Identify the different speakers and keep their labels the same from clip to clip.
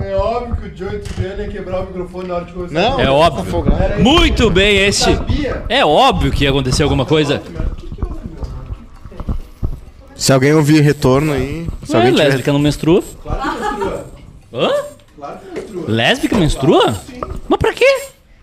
Speaker 1: É ia é quebrar o microfone na hora de começar.
Speaker 2: Não,
Speaker 3: É óbvio. Muito bem, este. É óbvio que ia acontecer alguma coisa.
Speaker 2: Se alguém ouvir retorno aí. Se
Speaker 3: Ué,
Speaker 2: alguém tiver-
Speaker 3: lésbica não menstrua? Hã? Lésbica menstrua? Mas pra quê?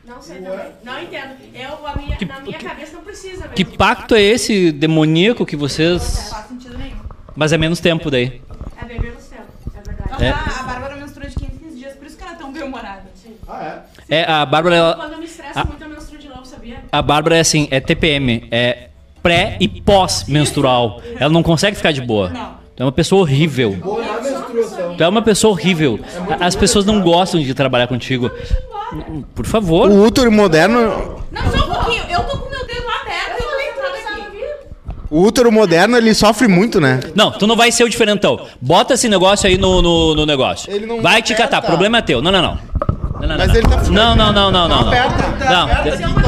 Speaker 4: Não sei
Speaker 5: é?
Speaker 4: também. Não entendo. Eu, a minha, na minha cabeça não precisa mesmo.
Speaker 3: Que pacto é esse demoníaco que vocês.
Speaker 5: Não faz sentido nenhum.
Speaker 3: Mas é menos tempo daí.
Speaker 4: É beber no céu, é verdade.
Speaker 3: É.
Speaker 5: Então, A, a Bárbara menstrua de 15 em 15 dias, por isso que ela é tão bem-humorada.
Speaker 1: Ah, é?
Speaker 3: É, a Bárbara, ela-
Speaker 4: Quando eu me estresso
Speaker 3: Ah.
Speaker 4: muito, eu menstruo de novo, sabia?
Speaker 3: a Bárbara é assim, é TPM, é pré e pós-menstrual. Ela não consegue ficar de boa.
Speaker 5: Não.
Speaker 3: Tu é uma pessoa horrível.
Speaker 1: Boa na menstruação.
Speaker 3: Tu é uma pessoa horrível. A- As pessoas não gostam de trabalhar contigo. Por favor.
Speaker 2: O útero moderno.
Speaker 5: Não, só um pouquinho. Eu tô com meu dedo lá aberto, eu, eu tô entrando aqui.
Speaker 2: O útero moderno ele sofre muito, né?
Speaker 3: Não, tu não vai ser o diferentão. Bota esse negócio aí no, no, no negócio.
Speaker 2: Ele não
Speaker 3: vai te
Speaker 2: aperta.
Speaker 3: catar, problema é teu. Não, não, não. Não, não,
Speaker 2: Mas
Speaker 3: não.
Speaker 2: ele tá
Speaker 3: não, não, não, não, não, não.
Speaker 2: aperta. então.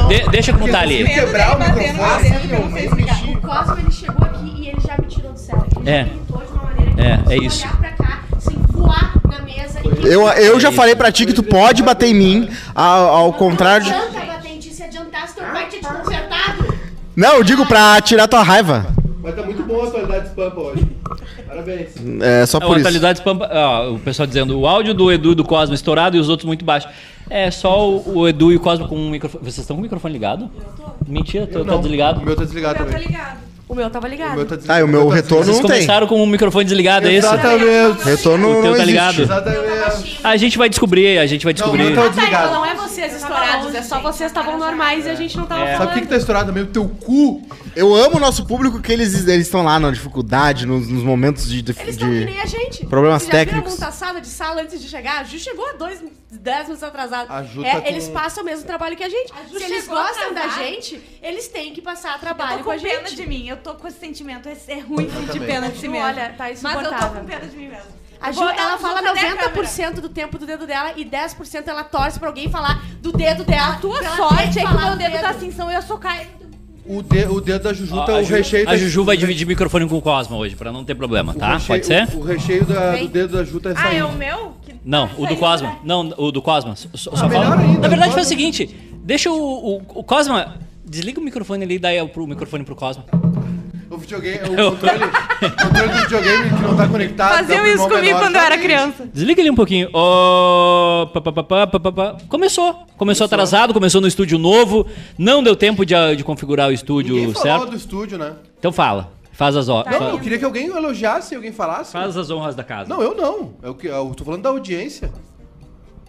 Speaker 3: Não, de- de- deixa como tá ali.
Speaker 5: Dedo dele
Speaker 2: Quebrar o
Speaker 5: batendo na
Speaker 2: microfone,
Speaker 5: parede, eu não sei explicar.
Speaker 4: O Cosmo, ele chegou aqui e ele já me tirou do céu. Ele
Speaker 3: É.
Speaker 4: já me irritou de uma maneira que
Speaker 3: É,
Speaker 4: eu não
Speaker 3: é
Speaker 4: consigo
Speaker 3: isso.
Speaker 4: olhar pra cá sem voar na mesa. E quem
Speaker 2: Eu, eu já falei pra ti que tu pode bater em mim, ao, ao contrário de.
Speaker 4: Não adianta bater em ti se adiantar, se teu pai tinha te consertado.
Speaker 2: Não, eu digo pra tirar tua raiva.
Speaker 1: Mas tá muito boa a atualidade spam hoje. Parabéns.
Speaker 2: É só
Speaker 3: Não,
Speaker 2: por isso.
Speaker 3: atualidades pampa- ó, o pessoal dizendo o áudio do Edu e do Cosmo estourado e os outros muito baixo. É só o, o Edu e o Cosmo com o microfone. Vocês estão com o microfone ligado? Mentira, tô, tá
Speaker 1: Não,
Speaker 3: desligado.
Speaker 1: O meu tá desligado
Speaker 5: Eu tô
Speaker 1: também.
Speaker 5: ligado.
Speaker 4: O meu tava
Speaker 1: O
Speaker 4: ligado.
Speaker 5: então
Speaker 1: meu tá desligado.
Speaker 2: Ah, e o meu
Speaker 1: tá
Speaker 2: retorno
Speaker 3: Vocês
Speaker 2: não tem.
Speaker 3: começaram com o microfone desligado, é isso?
Speaker 1: Exatamente.
Speaker 2: Retorno
Speaker 3: O
Speaker 2: não
Speaker 3: teu tá
Speaker 2: existe.
Speaker 3: ligado?
Speaker 1: Exatamente.
Speaker 3: A gente vai descobrir, a gente vai
Speaker 1: Não, o
Speaker 3: descobrir.
Speaker 1: meu tá
Speaker 4: Tá, então não
Speaker 1: desligado.
Speaker 4: é vocês estourados, é só vocês estavam normais e a gente não tava
Speaker 1: Sabe
Speaker 4: É.
Speaker 1: o que,
Speaker 4: falando.
Speaker 1: que tá estourado também? O teu cu.
Speaker 2: Eu amo o nosso público que eles eles estão lá na dificuldade, nos, nos momentos de. de-
Speaker 4: Eles
Speaker 2: de-
Speaker 4: estão que nem a gente.
Speaker 2: problemas
Speaker 4: Vocês já
Speaker 2: técnicos.
Speaker 4: viram algum taçada de sala antes de chegar? A Ju chegou há dois, dez minutos atrasado.
Speaker 1: A Ju
Speaker 4: É,
Speaker 1: tá com-
Speaker 4: Eles passam o mesmo trabalho que a gente.
Speaker 5: A Ju
Speaker 4: Se eles
Speaker 5: chegou
Speaker 4: gostam da
Speaker 5: atrasada.
Speaker 4: gente, eles têm que passar
Speaker 5: Eu
Speaker 4: trabalho
Speaker 5: tô
Speaker 4: com a
Speaker 5: com
Speaker 4: gente.
Speaker 5: pena de mim, eu tô com esse sentimento. É, é ruim sentir pena de si mesmo.
Speaker 4: Olha, tá
Speaker 5: Mas eu tô
Speaker 4: insuportável.
Speaker 5: com pena de mim mesmo.
Speaker 4: A
Speaker 5: Eu
Speaker 4: Ju,
Speaker 5: vou dar
Speaker 4: ela
Speaker 5: um
Speaker 4: fala
Speaker 5: zoom até a câmera.
Speaker 4: 90% do tempo do dedo dela e 10% ela torce pra alguém falar do dedo dela. A
Speaker 5: Tua sorte é que o meu dedo tá assim, senão eu ia socar.
Speaker 1: O, de- o dedo da Juju
Speaker 3: Ó,
Speaker 1: tá
Speaker 3: a
Speaker 1: o
Speaker 3: Ju-
Speaker 1: recheio
Speaker 3: a
Speaker 1: da-
Speaker 3: Juju vai dividir o microfone com o Cosmo hoje, pra não ter problema,
Speaker 1: o
Speaker 3: tá?
Speaker 1: recheio-
Speaker 3: Pode ser?
Speaker 1: O, o recheio da- do
Speaker 4: Vem.
Speaker 1: dedo da Ju tá
Speaker 5: Ah, é
Speaker 1: saindo.
Speaker 5: o meu? Que-
Speaker 3: Não, o do Cosma. Não, o do Cosma. Só, só
Speaker 1: é Ah, melhor
Speaker 3: fala.
Speaker 1: ainda,
Speaker 3: Na verdade
Speaker 1: do
Speaker 3: foi
Speaker 1: Cosma.
Speaker 3: o seguinte: deixa o, o, o Cosma. Desliga o microfone ali e dá o pro- o microfone pro Cosma.
Speaker 1: O videogame, o controle, o controle do videogame que não tá conectado. dá
Speaker 5: Faziam
Speaker 1: pro
Speaker 5: isso
Speaker 1: irmão
Speaker 5: comigo
Speaker 1: menor, tá
Speaker 5: quando eu era
Speaker 1: faz
Speaker 5: criança.
Speaker 3: Desliga ele um pouquinho. Ó, pá, pá, pá, pá, pá, pá, pá. Começou. Começou atrasado, começou no estúdio novo. Não deu tempo de, de configurar o
Speaker 1: isso.
Speaker 3: estúdio
Speaker 1: Ninguém falou
Speaker 3: certo.
Speaker 1: do estúdio, né?
Speaker 3: Então fala. Faz as, ho-
Speaker 1: Não, eu
Speaker 3: fa-
Speaker 1: queria que alguém elogiasse, alguém falasse.
Speaker 3: faz as honras da casa.
Speaker 1: Não, eu não. Eu, que- eu tô falando da audiência.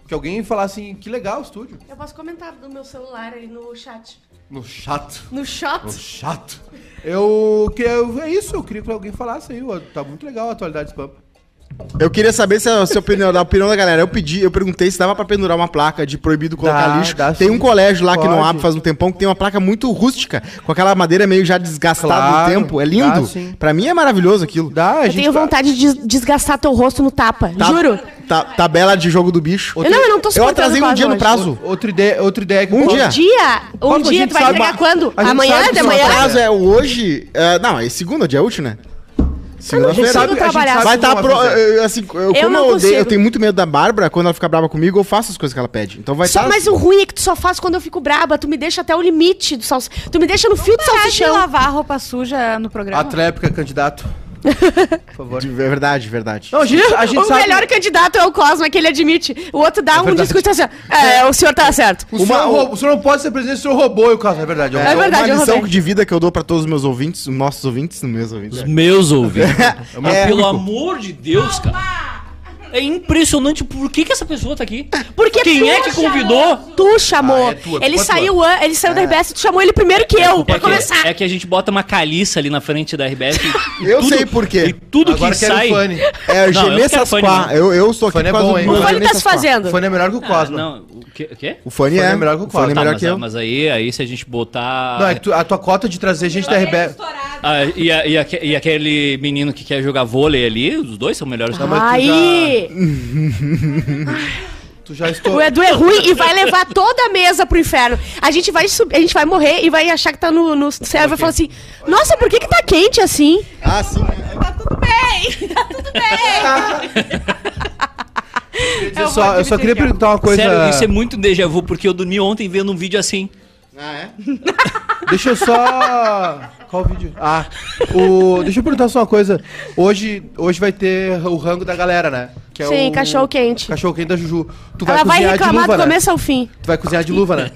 Speaker 1: Que alguém falasse assim, que legal o estúdio.
Speaker 4: Eu posso comentar do meu celular ali no chat.
Speaker 1: No chato.
Speaker 4: No shot?
Speaker 1: Chato. Eu, que, eu- É isso, eu queria que alguém falasse aí. ó, Tá muito legal a atualidade spam.
Speaker 2: Eu queria saber se a, se a opinião, da opinião da galera. Eu pedi, eu perguntei se dava pra pendurar uma placa de proibido colocar
Speaker 1: Dá,
Speaker 2: lixo.
Speaker 1: dá
Speaker 2: tem
Speaker 1: sim.
Speaker 2: um colégio lá que não
Speaker 1: Pode.
Speaker 2: abre faz um tempão que tem uma placa muito rústica, com aquela madeira meio já desgastada
Speaker 1: Claro,
Speaker 2: do tempo. É
Speaker 1: dá
Speaker 2: lindo.
Speaker 1: sim.
Speaker 2: pra mim é maravilhoso aquilo.
Speaker 1: Dá, a tá-
Speaker 4: Eu tenho vontade de des- desgastar teu rosto no tapa,
Speaker 2: Ta-
Speaker 4: juro.
Speaker 2: ta- tá- tabela de jogo do bicho.
Speaker 4: Eu não, eu não tô
Speaker 2: Eu
Speaker 4: suportando
Speaker 2: atrasei um
Speaker 4: quase
Speaker 2: dia no
Speaker 4: hoje.
Speaker 2: prazo.
Speaker 1: Outra ideia, outra ideia que
Speaker 2: Um
Speaker 1: pode-
Speaker 2: dia.
Speaker 4: Um dia, um
Speaker 1: Quando a
Speaker 4: dia
Speaker 1: gente
Speaker 4: tu vai
Speaker 1: sabe-
Speaker 4: entregar quando?
Speaker 1: a gente
Speaker 4: Amanhã,
Speaker 1: sabe que
Speaker 4: de
Speaker 1: isso
Speaker 2: O
Speaker 1: é
Speaker 4: manhã?
Speaker 2: prazo é hoje. é, não, é segunda, dia útil,
Speaker 4: Ah,
Speaker 2: né? Segunda-feira.
Speaker 4: consigo trabalhar
Speaker 2: Vai
Speaker 1: assim.
Speaker 2: estar pro, eu- assim, eu, como
Speaker 4: não
Speaker 2: eu odeio, eu
Speaker 4: consigo.
Speaker 2: tenho muito medo da Bárbara, quando ela fica brava comigo, eu faço as coisas que ela pede. Então vai
Speaker 4: Só,
Speaker 2: estar.
Speaker 4: mas o ruim é que tu só faz quando eu fico braba. Tu me deixa até o limite do salsichão. Tu me deixa no fio do
Speaker 5: Parar de
Speaker 4: salsichão.
Speaker 5: lavar Tá roupa suja no programa.
Speaker 1: A Trépica, candidato. Por favor.
Speaker 2: É verdade, verdade.
Speaker 1: Não, a gente, a gente
Speaker 4: O
Speaker 1: sabe.
Speaker 4: melhor candidato é o Cosma, que ele admite. O outro dá um
Speaker 1: verdade.
Speaker 4: discurso assim. ó, É, o senhor tá certo.
Speaker 1: O, senhor, é um roubo- o senhor não pode ser presidente, o senhor roubou, eu caso. É verdade. eu-
Speaker 4: É verdade,
Speaker 2: uma
Speaker 4: eu
Speaker 2: lição
Speaker 4: roubei.
Speaker 2: de vida que eu dou pra todos os meus ouvintes, os nossos ouvintes, os meus ouvintes.
Speaker 3: Os meus ouvidos. Mas
Speaker 2: é
Speaker 3: pelo
Speaker 2: único.
Speaker 3: amor de Deus, cara. É impressionante por que, que essa pessoa tá aqui.
Speaker 4: Porque tu
Speaker 3: Quem é que
Speaker 4: chamou.
Speaker 3: convidou?
Speaker 4: Tu chamou.
Speaker 1: Ah, é tua,
Speaker 4: ele,
Speaker 1: culpa
Speaker 4: saiu, an- ele saiu da RBS, tu chamou ele primeiro que eu, pra
Speaker 3: É
Speaker 4: começar.
Speaker 3: que, é que a gente bota uma caliça ali na frente da RBS. e- e
Speaker 2: Eu
Speaker 3: tudo-
Speaker 2: sei por quê.
Speaker 3: E tudo
Speaker 1: Agora
Speaker 3: que
Speaker 1: quero
Speaker 3: sai.
Speaker 1: o Fanny.
Speaker 2: É,
Speaker 3: Não,
Speaker 2: o
Speaker 3: eu não
Speaker 2: Genê
Speaker 3: quero fone,
Speaker 2: Sasquá.
Speaker 3: não.
Speaker 2: Eu, eu sou aqui
Speaker 1: Fone é
Speaker 2: causa
Speaker 1: bom,
Speaker 2: do
Speaker 1: hein?
Speaker 4: O
Speaker 2: Genê
Speaker 4: Fone tá se
Speaker 2: Sasquá.
Speaker 1: O
Speaker 4: fazendo.
Speaker 1: Fanny é melhor que o
Speaker 3: Ah,
Speaker 1: Cosmo.
Speaker 3: não, o quê? O quê? Tá,
Speaker 2: O fone
Speaker 1: Fone
Speaker 2: é.
Speaker 1: é melhor que o
Speaker 2: o fone é
Speaker 1: Cosmo.
Speaker 2: melhor
Speaker 3: mas,
Speaker 2: que eu.
Speaker 3: mas aí, aí se a gente botar.
Speaker 1: Não, é que tu- a tua cota de trazer gente da
Speaker 5: é
Speaker 1: RBS.
Speaker 3: Ah, e, a- e aque- e aquele menino que quer jogar vôlei ali, os dois são melhores.
Speaker 1: Não, mas tu
Speaker 4: Aí,
Speaker 1: Tu já estou.
Speaker 4: o Edu é ruim e vai levar toda a mesa pro inferno. A gente vai, sub- a gente vai morrer e vai achar que tá no, no céu e vai falar assim: Nossa, por que, que tá quente assim?
Speaker 2: Ah, sim.
Speaker 5: Tá tudo bem, tá tudo bem.
Speaker 1: Eu só, eu só queria perguntar uma coisa.
Speaker 3: Sério, isso é muito déjà vu, porque eu dormi ontem vendo um vídeo assim.
Speaker 2: Ah, é?
Speaker 1: Deixa eu só. Qual o vídeo? Ah, o... deixa eu perguntar só uma coisa. Hoje, hoje vai ter o rango da galera, né? Que
Speaker 4: Sim, cachorro quente.
Speaker 1: Cachorro quente da Juju. Tu vai
Speaker 4: Ela vai
Speaker 1: cozinhar de
Speaker 4: reclamar
Speaker 1: luva,
Speaker 4: do
Speaker 1: né?
Speaker 4: começo ao fim.
Speaker 1: Tu vai cozinhar de luva, né?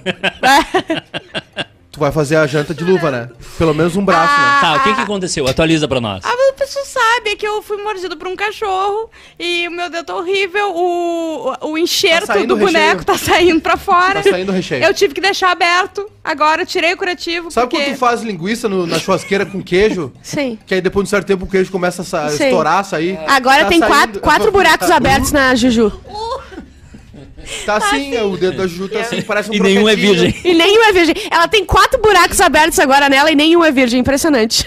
Speaker 1: tu vai fazer a janta de luva, né? Pelo menos um braço,
Speaker 4: Ah,
Speaker 1: né?
Speaker 3: Tá, o que que aconteceu? Atualiza pra nós.
Speaker 5: A pessoa Ah, sabe é que eu fui mordido por um cachorro e o meu dedo tá horrível, o, o enxerto
Speaker 1: Tá saindo
Speaker 5: do
Speaker 1: o recheio.
Speaker 5: boneco tá saindo pra fora.
Speaker 1: Tá saindo o recheio.
Speaker 5: Eu tive que deixar aberto, agora eu tirei o curativo.
Speaker 1: Sabe
Speaker 5: porque...
Speaker 1: quando tu faz linguiça no- na churrasqueira com queijo?
Speaker 4: Sim.
Speaker 1: Que aí depois de um certo tempo o queijo começa a sa-
Speaker 4: Sim.
Speaker 1: estourar, sair.
Speaker 4: Agora
Speaker 1: Tá
Speaker 4: tem
Speaker 1: saindo-
Speaker 4: quatro, quatro buracos abertos na Juju.
Speaker 1: Tá assim, o dedo da Juju tá assim, parece um
Speaker 3: E nenhum é
Speaker 1: croquetinho.
Speaker 3: virgem.
Speaker 4: E nenhum é virgem. Ela tem quatro buracos abertos agora nela e nenhum é virgem. Impressionante.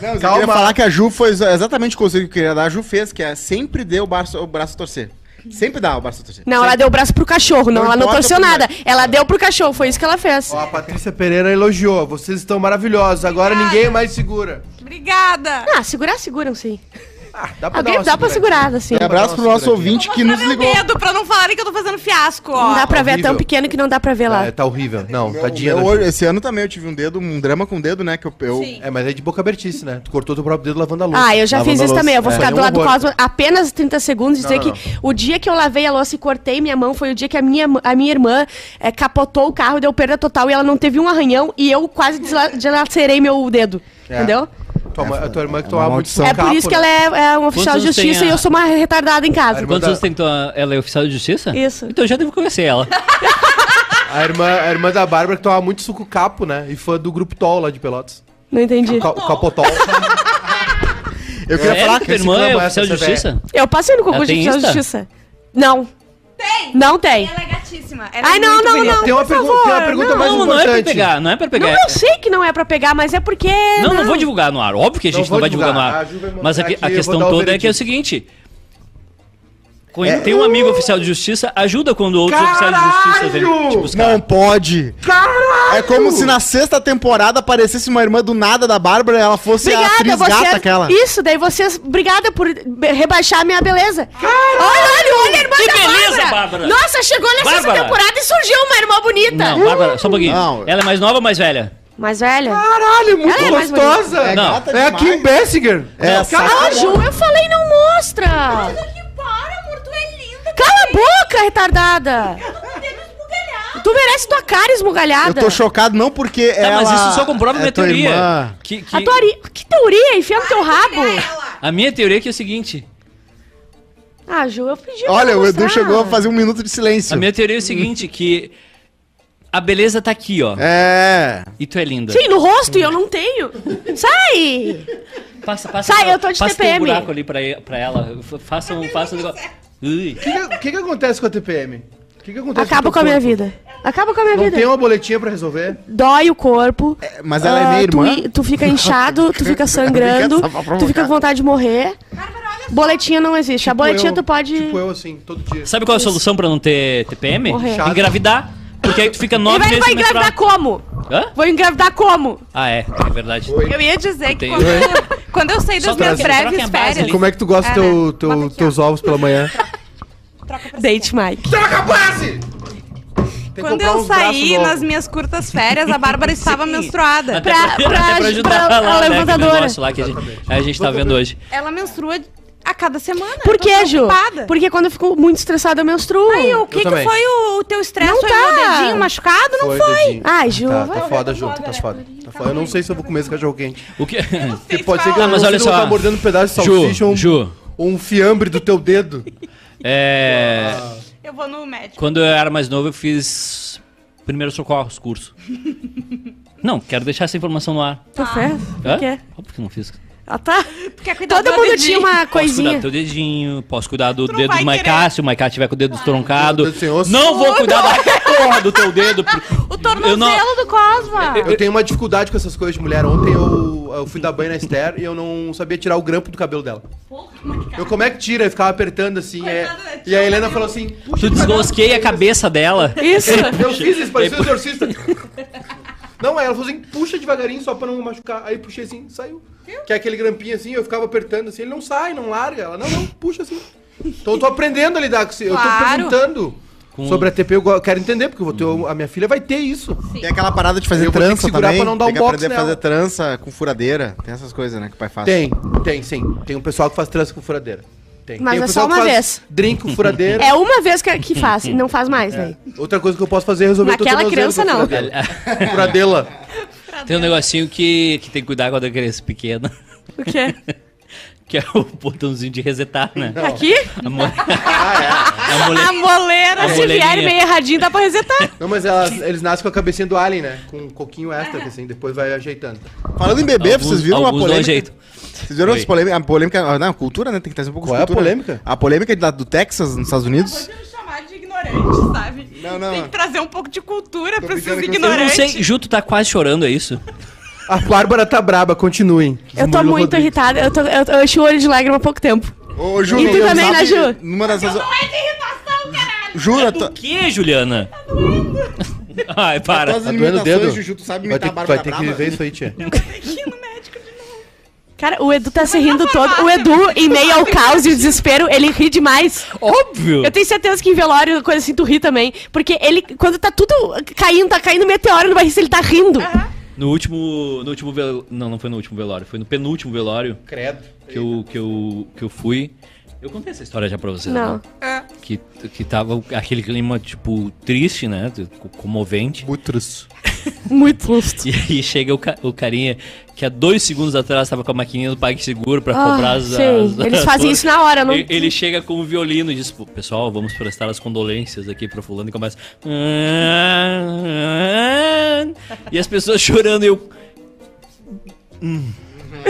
Speaker 2: Não, Eu
Speaker 1: Calma.
Speaker 2: queria falar que a Ju foi exa- exatamente o conselho que eu queria dar. A Ju fez, que é sempre dê o braço, o braço a torcer. Sempre dá o braço a torcer.
Speaker 4: Não, ela deu o braço pro cachorro. Não,
Speaker 2: Não
Speaker 4: ela não
Speaker 2: importa
Speaker 4: torceu
Speaker 2: pro
Speaker 4: nada.
Speaker 2: moleque.
Speaker 4: Ela deu pro cachorro. Foi isso que ela fez.
Speaker 1: Ó, a Patrícia Pereira elogiou. Vocês estão maravilhosos. Agora ninguém mais segura. Ah,
Speaker 5: Obrigada!
Speaker 4: Ah, segurar, seguram sim.
Speaker 1: Dá pra
Speaker 4: Alguém
Speaker 1: uma
Speaker 4: dá pra
Speaker 1: seguradinha.
Speaker 4: segurar, assim.
Speaker 2: Um abraço pro nosso ouvinte que nos
Speaker 5: meu
Speaker 2: ligou.
Speaker 5: dedo pra não falarem que eu tô fazendo fiasco,
Speaker 4: Não dá
Speaker 5: ó.
Speaker 4: pra ver, é
Speaker 1: Ah,
Speaker 4: tão
Speaker 1: horrível.
Speaker 4: pequeno que não dá pra ver lá.
Speaker 1: É, tá horrível. Não, tadinha.
Speaker 2: Meu-
Speaker 1: da
Speaker 2: meu-
Speaker 1: Ju.
Speaker 2: esse ano também eu tive um dedo, um drama com o dedo, né? Que eu, eu-
Speaker 5: Sim.
Speaker 1: É, mas é de boca abertice, né? Tu cortou teu próprio dedo lavando a louça.
Speaker 4: Ah, eu
Speaker 1: Tipo,
Speaker 4: já
Speaker 1: Lavando
Speaker 4: fiz
Speaker 1: a
Speaker 4: isso
Speaker 1: louça.
Speaker 4: também. Eu vou
Speaker 1: É.
Speaker 4: ficar do
Speaker 1: Foi um
Speaker 4: lado do
Speaker 1: horror.
Speaker 4: Cosmo apenas 30 segundos e dizer
Speaker 1: não,
Speaker 4: que o dia que eu lavei a louça e cortei minha mão foi o dia que a minha, a minha irmã eh, capotou o carro, deu perda total e ela não teve um arranhão e eu quase desla- dilacerei meu dedo.
Speaker 1: É. um
Speaker 4: Entendeu?
Speaker 1: Tua, mãe- a tua irmã que tomava muito né?
Speaker 2: maldição.
Speaker 4: é por isso que ela é, é um oficial de
Speaker 3: anos tem
Speaker 4: justiça
Speaker 3: a-
Speaker 4: e eu sou uma retardada em casa.
Speaker 1: Irmã
Speaker 3: Quantos
Speaker 1: da-
Speaker 3: anos tem tua... Ela é oficial de justiça?
Speaker 4: Isso.
Speaker 3: Então já devo conhecer ela.
Speaker 4: é-
Speaker 1: A irmã, a irmã da Bárbara que tomava muito suco capo, né? E fã do grupo Tol lá de Pelotas.
Speaker 4: Não entendi.
Speaker 1: Ca- Capotol.
Speaker 2: eu queria
Speaker 3: é,
Speaker 2: falar
Speaker 3: tua
Speaker 1: esse
Speaker 3: irmã é
Speaker 1: clã
Speaker 3: oficial de
Speaker 1: essa, essa
Speaker 3: justiça?
Speaker 4: Eu passei no
Speaker 3: Ela
Speaker 4: concurso de
Speaker 3: tem
Speaker 4: oficial de
Speaker 3: Insta?
Speaker 4: justiça. Não.
Speaker 5: Tem!
Speaker 4: Não tem.
Speaker 5: Ela é gatíssima. Ela
Speaker 4: Ai,
Speaker 5: é
Speaker 4: não,
Speaker 5: muito
Speaker 4: não,
Speaker 5: bonita.
Speaker 4: não.
Speaker 1: Tem uma
Speaker 4: por
Speaker 1: pergunta-
Speaker 4: favor,
Speaker 1: tem uma pergunta
Speaker 4: não.
Speaker 1: mais
Speaker 3: Não, não é pra
Speaker 1: importante.
Speaker 3: pegar, não é pra
Speaker 4: Não,
Speaker 3: pegar.
Speaker 4: eu sei que não é pra pegar, mas é porque.
Speaker 3: Não, não, vou divulgar no ar. Óbvio que a
Speaker 1: Não
Speaker 3: gente não,
Speaker 1: vou
Speaker 3: vai divulgar,
Speaker 1: divulgar. A Ju
Speaker 3: no
Speaker 1: vai
Speaker 3: ar.
Speaker 1: mostrar
Speaker 3: Mas a, que-
Speaker 1: aqui,
Speaker 3: a
Speaker 1: eu vou
Speaker 3: questão
Speaker 1: dar o É.
Speaker 3: toda é que é o
Speaker 1: veredito.
Speaker 3: seguinte. Quando Tem um amigo oficial de justiça, ajuda quando outros oficiais de justiça vêm te buscar.
Speaker 2: Não pode. É como se na sexta temporada aparecesse uma irmã do nada da Bárbara e ela fosse a
Speaker 4: Obrigada, é
Speaker 2: atriz
Speaker 4: vocês.
Speaker 2: gata aquela.
Speaker 4: Isso, daí vocês. Obrigada por be- rebaixar a minha beleza. Olha, olha, olha, a irmã
Speaker 3: Que
Speaker 4: da
Speaker 3: beleza,
Speaker 4: Bárbara.
Speaker 3: Bárbara.
Speaker 4: Nossa, chegou na sexta
Speaker 3: Bárbara.
Speaker 4: temporada e surgiu uma irmã bonita.
Speaker 3: Não, Bárbara, só um pouquinho.
Speaker 2: Não.
Speaker 3: Ela é mais nova ou mais velha?
Speaker 4: Mais velha?
Speaker 1: Caralho, muito
Speaker 4: Ela é mais
Speaker 1: gostosa.
Speaker 2: É
Speaker 3: Não.
Speaker 2: gata
Speaker 1: É a
Speaker 2: demais.
Speaker 1: Kim Basinger.
Speaker 2: É,
Speaker 1: Não,
Speaker 2: saca-
Speaker 4: Ah, Ju, eu falei não mostra. Cala
Speaker 5: Mas aqui, para, amor, tu é linda.
Speaker 4: a boca, retardada.
Speaker 5: Não tem mais bugalhar.
Speaker 4: Tu merece tua cara
Speaker 2: Eu
Speaker 4: esmugalhada.
Speaker 2: tô chocado não porque
Speaker 3: Tá,
Speaker 2: ela... é
Speaker 3: mas isso só comprova
Speaker 1: é
Speaker 3: minha
Speaker 2: tua
Speaker 3: teoria.
Speaker 2: irmã.
Speaker 3: Que, que-
Speaker 4: A tua ori- Que teoria? Enfia no teu rabo.
Speaker 5: Ela.
Speaker 3: a minha teoria é que é o seguinte.
Speaker 4: Ah, Ju, eu pedi pra
Speaker 2: Olha, o Edu
Speaker 4: mostrar.
Speaker 2: chegou a fazer um minuto de silêncio.
Speaker 3: A minha teoria é o seguinte, que a beleza tá aqui, ó.
Speaker 2: É.
Speaker 3: E tu é linda.
Speaker 4: Sim, no rosto e eu não tenho. Sai!
Speaker 3: Passa, passa.
Speaker 4: Sai, eu tô de
Speaker 3: passa
Speaker 4: TPM.
Speaker 3: Passa um buraco ali pra, pra ela. Fa- Faça um, faça um negócio. Ui.
Speaker 1: O que, que, que acontece com a TPM? O que, que acontece
Speaker 4: Acaba
Speaker 1: teu
Speaker 4: com a minha
Speaker 1: corpo?
Speaker 4: vida. Acaba com a minha
Speaker 1: Não
Speaker 4: vida.
Speaker 1: tem uma boletinha pra resolver?
Speaker 4: dói o corpo.
Speaker 2: mas ela um- é
Speaker 4: Ah,
Speaker 2: minha
Speaker 4: tu
Speaker 2: irmã?
Speaker 4: i- Tu, fica inchado, tu fica sangrando,
Speaker 2: Só pra
Speaker 4: tu fica
Speaker 2: provocar. Tipo
Speaker 4: com vontade de morrer. Boletinha não existe. a boletinha
Speaker 1: eu-
Speaker 4: tu pode.
Speaker 1: Tipo eu, assim, todo dia.
Speaker 3: Sabe qual é a solução pra não ter TPM?
Speaker 4: Morrer.
Speaker 3: Engravidar. Porque aí tu fica
Speaker 4: Ele
Speaker 3: nove
Speaker 4: vai,
Speaker 3: meses
Speaker 4: vai
Speaker 3: sem menstruar.
Speaker 4: engravidar como?
Speaker 3: Hã?
Speaker 4: Vou engravidar como?
Speaker 3: Ah, é. É verdade.
Speaker 5: Eu ia dizer que
Speaker 3: Tem.
Speaker 5: quando eu, quando eu saí
Speaker 3: Só
Speaker 5: das minhas
Speaker 3: trazer, troca
Speaker 5: breves
Speaker 3: a base
Speaker 5: férias.
Speaker 3: ali.
Speaker 1: Como é que tu gosta
Speaker 5: É,
Speaker 1: teu,
Speaker 5: né?
Speaker 1: teu-
Speaker 5: Bota aqui, ó.
Speaker 1: teus ovos pela manhã?
Speaker 4: Date Mike.
Speaker 1: Troca a base!
Speaker 5: Quando eu saí nas minhas curtas férias, a Bárbara estava menstruada.
Speaker 3: Até
Speaker 4: Pra- pra-
Speaker 3: até
Speaker 4: pra-
Speaker 3: lá,
Speaker 4: a
Speaker 3: né, aquele
Speaker 4: levantadora.
Speaker 3: negócio lá que a gente, a gente tá vendo hoje.
Speaker 5: Ela menstrua a cada semana.
Speaker 4: Por
Speaker 5: eu tô
Speaker 4: quê, Ju?
Speaker 5: preocupada.
Speaker 4: Porque quando eu fico muito estressada, eu menstruo.
Speaker 5: Aí, o que, que
Speaker 1: também.
Speaker 5: foi o, o teu estresse?
Speaker 4: Não
Speaker 5: Foi
Speaker 4: tá.
Speaker 5: o meu dedinho machucado? Não foi. né?
Speaker 4: Ai, Ju,
Speaker 1: Tá,
Speaker 4: vai-
Speaker 1: tá foda, Ju. Tá foda. Tá foda. Eu não sei se eu vou comer esse cachorro quente.
Speaker 3: O que...
Speaker 5: Sei
Speaker 1: Pode ser
Speaker 5: falar.
Speaker 1: que eu
Speaker 3: Ah, mas
Speaker 1: não
Speaker 3: olha
Speaker 1: consiga
Speaker 3: só.
Speaker 1: tá mordendo um pedaço de
Speaker 3: Ju,
Speaker 1: salsicha ou um,
Speaker 3: Ju.
Speaker 1: ou um fiambre do teu dedo.
Speaker 3: É...
Speaker 5: Eu vou no médico.
Speaker 3: Quando eu era mais novo, eu fiz primeiro socorros curso. não, quero deixar essa informação no ar.
Speaker 4: Tu fez?
Speaker 3: Hã?
Speaker 4: Por quê?
Speaker 3: Óbvio que não fiz.
Speaker 4: Ah, tá.
Speaker 5: Tu quer cuidar do
Speaker 4: Todo
Speaker 5: meu
Speaker 4: mundo
Speaker 5: dedinho?
Speaker 4: tinha uma
Speaker 3: Posso cuidar
Speaker 4: coisinha.
Speaker 3: do teu dedinho, posso cuidar do
Speaker 5: não
Speaker 3: dedo
Speaker 5: vai
Speaker 3: do
Speaker 5: querer.
Speaker 3: Maiká, se o Maiká tiver com o dedo estroncado.
Speaker 1: O dedo sem osso.
Speaker 3: Não vou cuidar da porra do teu dedo. porque-
Speaker 5: O
Speaker 3: Eu
Speaker 5: tornozelo
Speaker 3: não-
Speaker 5: do Cosma.
Speaker 1: Eu tenho uma dificuldade com essas coisas de mulher. Ontem eu, eu fui dar banho na Esther e eu não sabia tirar o grampo do cabelo dela. Eu como é que tira? Eu ficava apertando assim. é-
Speaker 5: Coitada, um
Speaker 1: e a Helena falou assim:
Speaker 3: Tu desgosquei a cabeça dela.
Speaker 4: Isso.
Speaker 1: Eu fiz isso, parecia um exorcista. Não, aí ela falou assim, puxa devagarinho só pra não machucar. Aí puxei assim, saiu. Que é aquele grampinho assim, eu ficava apertando assim, ele não sai, não larga. Ela, não, não, puxa assim. Então eu tô aprendendo a lidar com isso. Eu tô
Speaker 5: Claro.
Speaker 1: perguntando
Speaker 3: Com-
Speaker 1: sobre a TP. Eu go- quero entender, porque eu vou ter, a minha filha vai ter isso.
Speaker 2: Tem aquela parada de fazer
Speaker 1: Eu vou ter que
Speaker 2: trança
Speaker 1: segurar
Speaker 2: também.
Speaker 1: pra não dar
Speaker 2: tem
Speaker 1: um
Speaker 2: que
Speaker 1: box
Speaker 2: aprender a
Speaker 1: nela.
Speaker 2: fazer trança com furadeira. Tem essas coisas, né, que o pai faz.
Speaker 1: Tem, tem, sim. Tem um pessoal que faz trança com furadeira. Tem.
Speaker 4: Mas
Speaker 1: Tem um
Speaker 4: é
Speaker 1: pessoal
Speaker 4: só uma
Speaker 1: que faz
Speaker 4: vez.
Speaker 1: Drink com furadeira.
Speaker 4: É uma vez que, que faz, e não faz
Speaker 3: É.
Speaker 4: mais, né?
Speaker 1: Outra coisa que eu posso fazer é resolver
Speaker 4: Naquela
Speaker 1: teu tornozelo
Speaker 4: criança,
Speaker 1: com
Speaker 4: não.
Speaker 1: Furadela. Furadela.
Speaker 3: Tem um negocinho que, que tem que cuidar quando a criança é pequena.
Speaker 4: O quê?
Speaker 3: Que é o botãozinho de resetar, né?
Speaker 4: Aqui?
Speaker 3: A, mo... a mulher.
Speaker 5: A moleira.
Speaker 3: A
Speaker 4: Se vier
Speaker 3: moleirinha.
Speaker 4: meio erradinho, dá pra resetar.
Speaker 1: Não, mas elas- eles nascem com a cabecinha do Alien, né? Com um coquinho extra, que assim, depois vai ajeitando.
Speaker 2: Falando em bebê, vocês viram uma
Speaker 3: alguns dão um
Speaker 2: polêmica?
Speaker 3: jeito.
Speaker 2: Vocês viram
Speaker 3: Oi.
Speaker 2: as polêmica, a polêmica... ah, Não, cultura, né? Tem que trazer um pouco
Speaker 1: Qual é
Speaker 2: de
Speaker 1: a
Speaker 2: cultura.
Speaker 1: polêmica?
Speaker 2: A polêmica da- do Texas, nos Estados Unidos.
Speaker 5: Pode me chamar de ignorante, sabe?
Speaker 2: Não, não.
Speaker 5: Tem que trazer um pouco de cultura pra esses
Speaker 2: brincando que eu
Speaker 3: Eu não
Speaker 5: ignorantes.
Speaker 3: sei, Ju, tu tá quase chorando, é isso?
Speaker 1: A Bárbara tá braba, continuem.
Speaker 4: Eu tô
Speaker 2: é
Speaker 1: Murilo
Speaker 4: muito
Speaker 1: Rodrigues.
Speaker 4: irritada, eu, tô, eu, eu enchi o olho de lágrima há pouco tempo.
Speaker 2: Ô, Ju,
Speaker 4: E tu
Speaker 2: eu
Speaker 4: também,
Speaker 2: sabe-
Speaker 4: né, Ju?
Speaker 2: Numa das...
Speaker 5: Não é de irritação, caralho!
Speaker 2: Jura,
Speaker 3: Do
Speaker 2: tu...
Speaker 3: que, Juliana? Ai, para.
Speaker 2: Todas as
Speaker 1: Tá doendo o dedo.
Speaker 2: limitações, Juju, tu sabe
Speaker 1: Vai
Speaker 2: imitar
Speaker 1: ter,
Speaker 2: a
Speaker 1: que-
Speaker 2: Bárbara
Speaker 1: vai ter que
Speaker 2: Brava?
Speaker 1: ver isso aí, tia.
Speaker 5: Aqui no médico de novo.
Speaker 4: Cara, o Edu tá
Speaker 5: é
Speaker 4: se rindo todo. O Edu, em meio ao caos e o desespero, ele ri demais.
Speaker 3: Óbvio!
Speaker 4: Eu tenho certeza que em velório, coisa assim, tu ri também. Porque ele, quando tá tudo caindo, tá caindo meteoro no barril, ele tá rindo.
Speaker 3: No último. No último velório. Não, não foi no último velório, foi no penúltimo velório
Speaker 1: Credo.
Speaker 3: que eu, que eu, que eu fui. Eu contei essa história já pra vocês,
Speaker 4: Não.
Speaker 3: né?
Speaker 5: É.
Speaker 3: Que, que tava aquele clima, tipo, triste, né? De- co- Comovente.
Speaker 2: Muito triste.
Speaker 4: Muito susto.
Speaker 3: E aí chega o, ca- o carinha que há dois segundos atrás tava com a maquininha do PagSeguro pra
Speaker 4: Ah,
Speaker 3: comprar as.
Speaker 4: sim.
Speaker 3: as-
Speaker 4: Eles
Speaker 3: as
Speaker 4: fazem
Speaker 3: coisas.
Speaker 4: isso na hora, não-
Speaker 3: E- Ele, chega com o violino e diz: "Pô, Pessoal, vamos prestar as condolências aqui pro Fulano e começa. "Ah, E as pessoas chorando e eu. hum,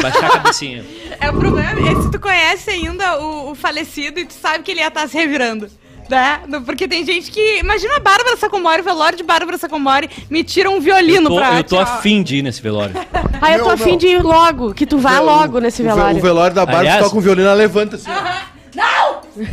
Speaker 3: Baixar a cabecinha.
Speaker 5: É o problema é se tu conhece ainda o, o falecido e tu sabe que ele ia estar se revirando. Né? No- Porque tem gente que. Imagina a Bárbara Sacomori, o velório de Bárbara Sacomori, me tira um
Speaker 3: Eu
Speaker 5: violino
Speaker 3: tô,
Speaker 5: pra.
Speaker 3: eu tô
Speaker 5: tirar-
Speaker 3: afim de ir nesse velório.
Speaker 4: Aí eu tô
Speaker 2: Meu,
Speaker 4: afim
Speaker 2: meu.
Speaker 4: de ir logo, que tu vá Tá logo nesse
Speaker 1: O ve-
Speaker 4: velório.
Speaker 1: O velório da Bárbara
Speaker 3: Aliás-
Speaker 1: toca um violino, ela levanta assim. ó.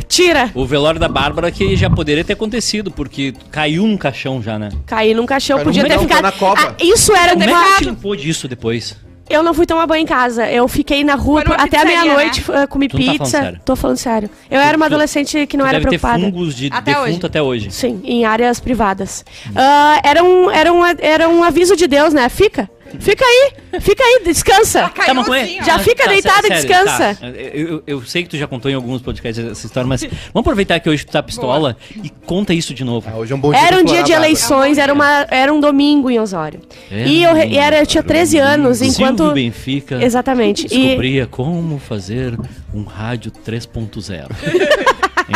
Speaker 4: Tira!
Speaker 3: O velório da Bárbara que já poderia ter acontecido, porque caiu um caixão já, né?
Speaker 4: Caí num caixão,
Speaker 1: Caiu
Speaker 4: podia
Speaker 1: num
Speaker 4: ter
Speaker 1: caixão,
Speaker 4: ficado.
Speaker 1: na cova.
Speaker 4: Ah, isso
Speaker 5: Tá
Speaker 4: era
Speaker 3: Como
Speaker 4: uma...
Speaker 3: é que tu limpou disso depois?
Speaker 4: Eu não fui tomar banho em casa. Eu fiquei na rua
Speaker 5: Foi numa
Speaker 4: por- até a
Speaker 5: pizzaria, né?
Speaker 4: meia-noite, eh, comi
Speaker 3: Tu não tá
Speaker 4: pizza.
Speaker 3: falando sério.
Speaker 4: Tô falando sério. Eu era uma
Speaker 3: tu-
Speaker 4: adolescente que não
Speaker 3: Tu
Speaker 4: era
Speaker 3: deve ter
Speaker 4: preocupada.
Speaker 3: fungos de
Speaker 5: Até
Speaker 3: defunto
Speaker 5: hoje.
Speaker 3: até hoje.
Speaker 4: Sim, em áreas privadas. Ah, era, um, era, um, era um aviso de Deus, né? Fica. Fica aí. Fica aí, descansa.
Speaker 5: Caiu
Speaker 3: mas como é?
Speaker 5: assim, ó.
Speaker 4: Já fica deitada e
Speaker 3: sério,
Speaker 4: descansa.
Speaker 3: tá. Eu, eu- eu sei que tu já contou em alguns podcasts essa história, mas vamos aproveitar que hoje tu tá pistola e conta isso de novo.
Speaker 1: Ah, hoje é um bom
Speaker 4: Era
Speaker 1: pra
Speaker 4: um dia
Speaker 1: explorar
Speaker 4: de
Speaker 1: a Bárbara.
Speaker 4: eleições, era, uma, era um domingo em Osório.
Speaker 3: Era
Speaker 4: e eu, re-
Speaker 3: um
Speaker 4: e era, eu tinha 13 anos, enquanto.
Speaker 3: Silvio Benfica
Speaker 4: Exatamente. E
Speaker 3: descobria como fazer um rádio 3.0.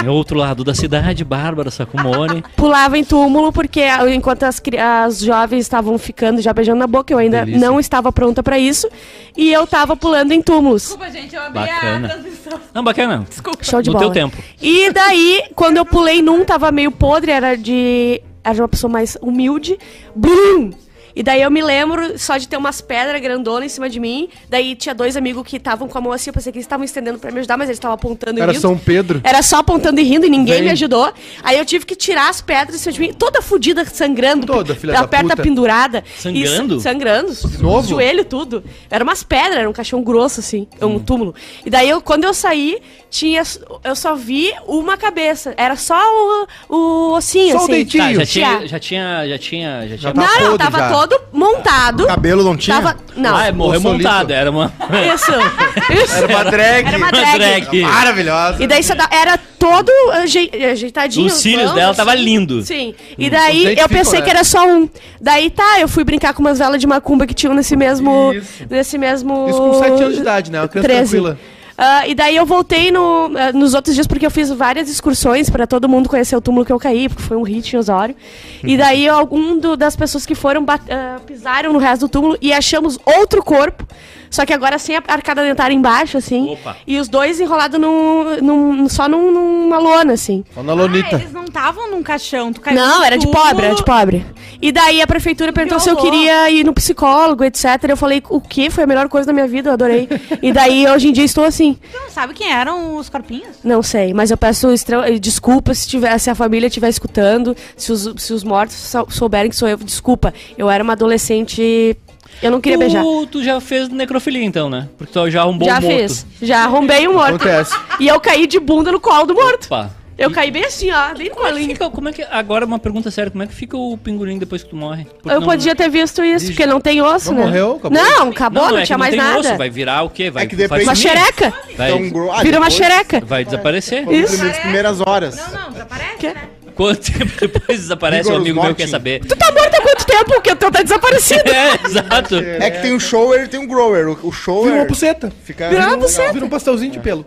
Speaker 3: em outro lado da cidade, Bárbara Sacumone
Speaker 4: pulava em túmulo, porque ah, enquanto as, cri- as jovens estavam ficando já beijando na boca, eu ainda
Speaker 3: Delícia.
Speaker 4: não estava pronta pra isso. E eu tava pulando em túmulos.
Speaker 5: Desculpa, gente, eu abri
Speaker 3: Bacana.
Speaker 5: a transmissão.
Speaker 3: Não, bacana.
Speaker 5: Desculpa.
Speaker 4: Show de
Speaker 3: No
Speaker 4: bola.
Speaker 3: teu tempo.
Speaker 4: E daí, quando eu pulei num, tava meio podre, era de. Era de uma pessoa mais humilde. Blum! E daí eu me lembro só de ter umas pedras grandonas em cima de mim. Daí tinha dois amigos que estavam com a mão assim, eu pensei que eles estavam estendendo pra me ajudar, mas eles estavam apontando
Speaker 1: Era
Speaker 4: e rindo.
Speaker 1: São Pedro.
Speaker 4: Era só apontando e rindo e ninguém
Speaker 1: Vem.
Speaker 4: me ajudou. Aí eu tive que tirar as pedras em cima de mim, toda fudida, sangrando.
Speaker 1: Toda, filha
Speaker 4: a
Speaker 1: da
Speaker 4: perna
Speaker 1: puta.
Speaker 4: pendurada.
Speaker 3: Sangrando?
Speaker 4: E, sa- sangrando. De
Speaker 1: novo?
Speaker 4: Joelho, tudo. Era umas pedras, era um caixão grosso, assim,
Speaker 1: Hum.
Speaker 4: um túmulo. E daí, eu, quando eu saí, tinha, eu só vi uma cabeça. Era só o, o ossinho,
Speaker 1: Só o
Speaker 4: assim.
Speaker 1: deitinho.
Speaker 3: Tá,
Speaker 1: Tio.
Speaker 3: já tinha, já tinha, já tinha, já tinha.
Speaker 1: tá
Speaker 4: não, não,
Speaker 1: podre
Speaker 4: tava
Speaker 1: já.
Speaker 4: todo montado.
Speaker 2: O cabelo não tinha?
Speaker 4: Tava, não.
Speaker 3: Ah, é, morreu
Speaker 1: Bolsonaro.
Speaker 3: montada, era uma
Speaker 4: Isso. Isso.
Speaker 1: Era uma drag.
Speaker 4: Era uma
Speaker 3: uma
Speaker 4: drag.
Speaker 3: drag.
Speaker 1: Maravilhosa.
Speaker 4: E daí você dá- era todo ajei- ajeitadinho.
Speaker 3: Os cílios
Speaker 4: plano,
Speaker 3: dela tava lindo.
Speaker 4: Sim. E
Speaker 1: os
Speaker 4: daí
Speaker 1: dentes
Speaker 4: eu
Speaker 1: ficam,
Speaker 4: pensei que
Speaker 1: Hum. né?
Speaker 4: era só um. Daí tá, eu fui brincar com umas velas de macumba que tinham nesse mesmo.
Speaker 1: Isso.
Speaker 4: Nesse mesmo.
Speaker 1: Isso com 7 anos de idade, né? Uma criança
Speaker 4: 13.
Speaker 1: tranquila.
Speaker 4: Ah, e daí eu voltei no- ah, nos outros dias, porque eu fiz várias excursões pra todo mundo conhecer o túmulo que eu caí, porque foi um hit em Osório. E daí algum do- das pessoas que foram bat- ah, pisaram no resto do túmulo e achamos outro corpo, só que agora sem a arcada dentária embaixo, assim.
Speaker 3: Opa.
Speaker 4: E os dois enrolados num, num- só num- numa lona, assim.
Speaker 1: Só na Lonita.
Speaker 5: Ah, eles não estavam num caixão, tu caiu
Speaker 4: Não,
Speaker 5: no
Speaker 4: era de
Speaker 5: um túmulo.
Speaker 4: pobre, era de pobre. E daí a prefeitura perguntou se eu
Speaker 5: horror.
Speaker 4: queria ir no psicólogo, etc. Eu falei, o quê? Foi a melhor coisa da minha vida, eu adorei. e daí hoje em dia estou assim.
Speaker 5: Tu não sabe quem eram os corpinhos?
Speaker 4: Não sei, mas eu peço estra- eh, desculpa se, tiver, se a família estiver escutando, se os, se os mortos sou- souberem que sou eu, desculpa. Eu era uma adolescente Eu não queria beijar.
Speaker 3: Tu, tu já fez necrofilia então, né? Porque tu já arrombou
Speaker 4: já
Speaker 3: um morto.
Speaker 4: fiz. Já arrombei um morto.
Speaker 1: Acontece.
Speaker 4: E eu caí de bunda no colo do morto.
Speaker 3: Opa.
Speaker 4: Eu caí bem assim, ó, bem no
Speaker 3: Como é que
Speaker 4: colinho.
Speaker 3: fica- como é que- agora uma pergunta séria, como é que fica o pingulim depois que tu morre? Porque
Speaker 4: Eu
Speaker 3: não-
Speaker 4: podia ter visto isso, porque não tem osso,
Speaker 1: Não
Speaker 4: né?
Speaker 1: morreu, acabou.
Speaker 4: Não,
Speaker 3: não,
Speaker 4: acabou,
Speaker 3: não,
Speaker 4: não,
Speaker 3: é que
Speaker 4: tinha
Speaker 3: não
Speaker 4: mais
Speaker 3: tem
Speaker 4: nada.
Speaker 3: osso, vai virar o quê? Vai,
Speaker 2: É que depende-
Speaker 4: Uma
Speaker 3: faz-
Speaker 2: Sim.
Speaker 4: xereca.
Speaker 3: vai,
Speaker 1: É um Então,
Speaker 2: gro- ah,
Speaker 4: Vira uma
Speaker 2: depois-
Speaker 4: xereca.
Speaker 3: vai desaparecer.
Speaker 2: Como
Speaker 4: Isso.
Speaker 2: Isso. Nas primeiras horas.
Speaker 5: Não, não, desaparece,
Speaker 4: Quê?
Speaker 5: né?
Speaker 3: Quanto tempo depois desaparece, o
Speaker 2: Rigor
Speaker 3: amigo meu
Speaker 2: mortis.
Speaker 3: quer saber.
Speaker 4: Tu tá morto há quanto tempo? Que eu tô tá desaparecido.
Speaker 3: É, exato.
Speaker 2: É que tem o shower e tem o grower. O, o
Speaker 1: Vira
Speaker 2: shower
Speaker 1: uma buceta.
Speaker 2: fica...
Speaker 4: Vira uma buceta.
Speaker 1: Vira um pastelzinho de pelo.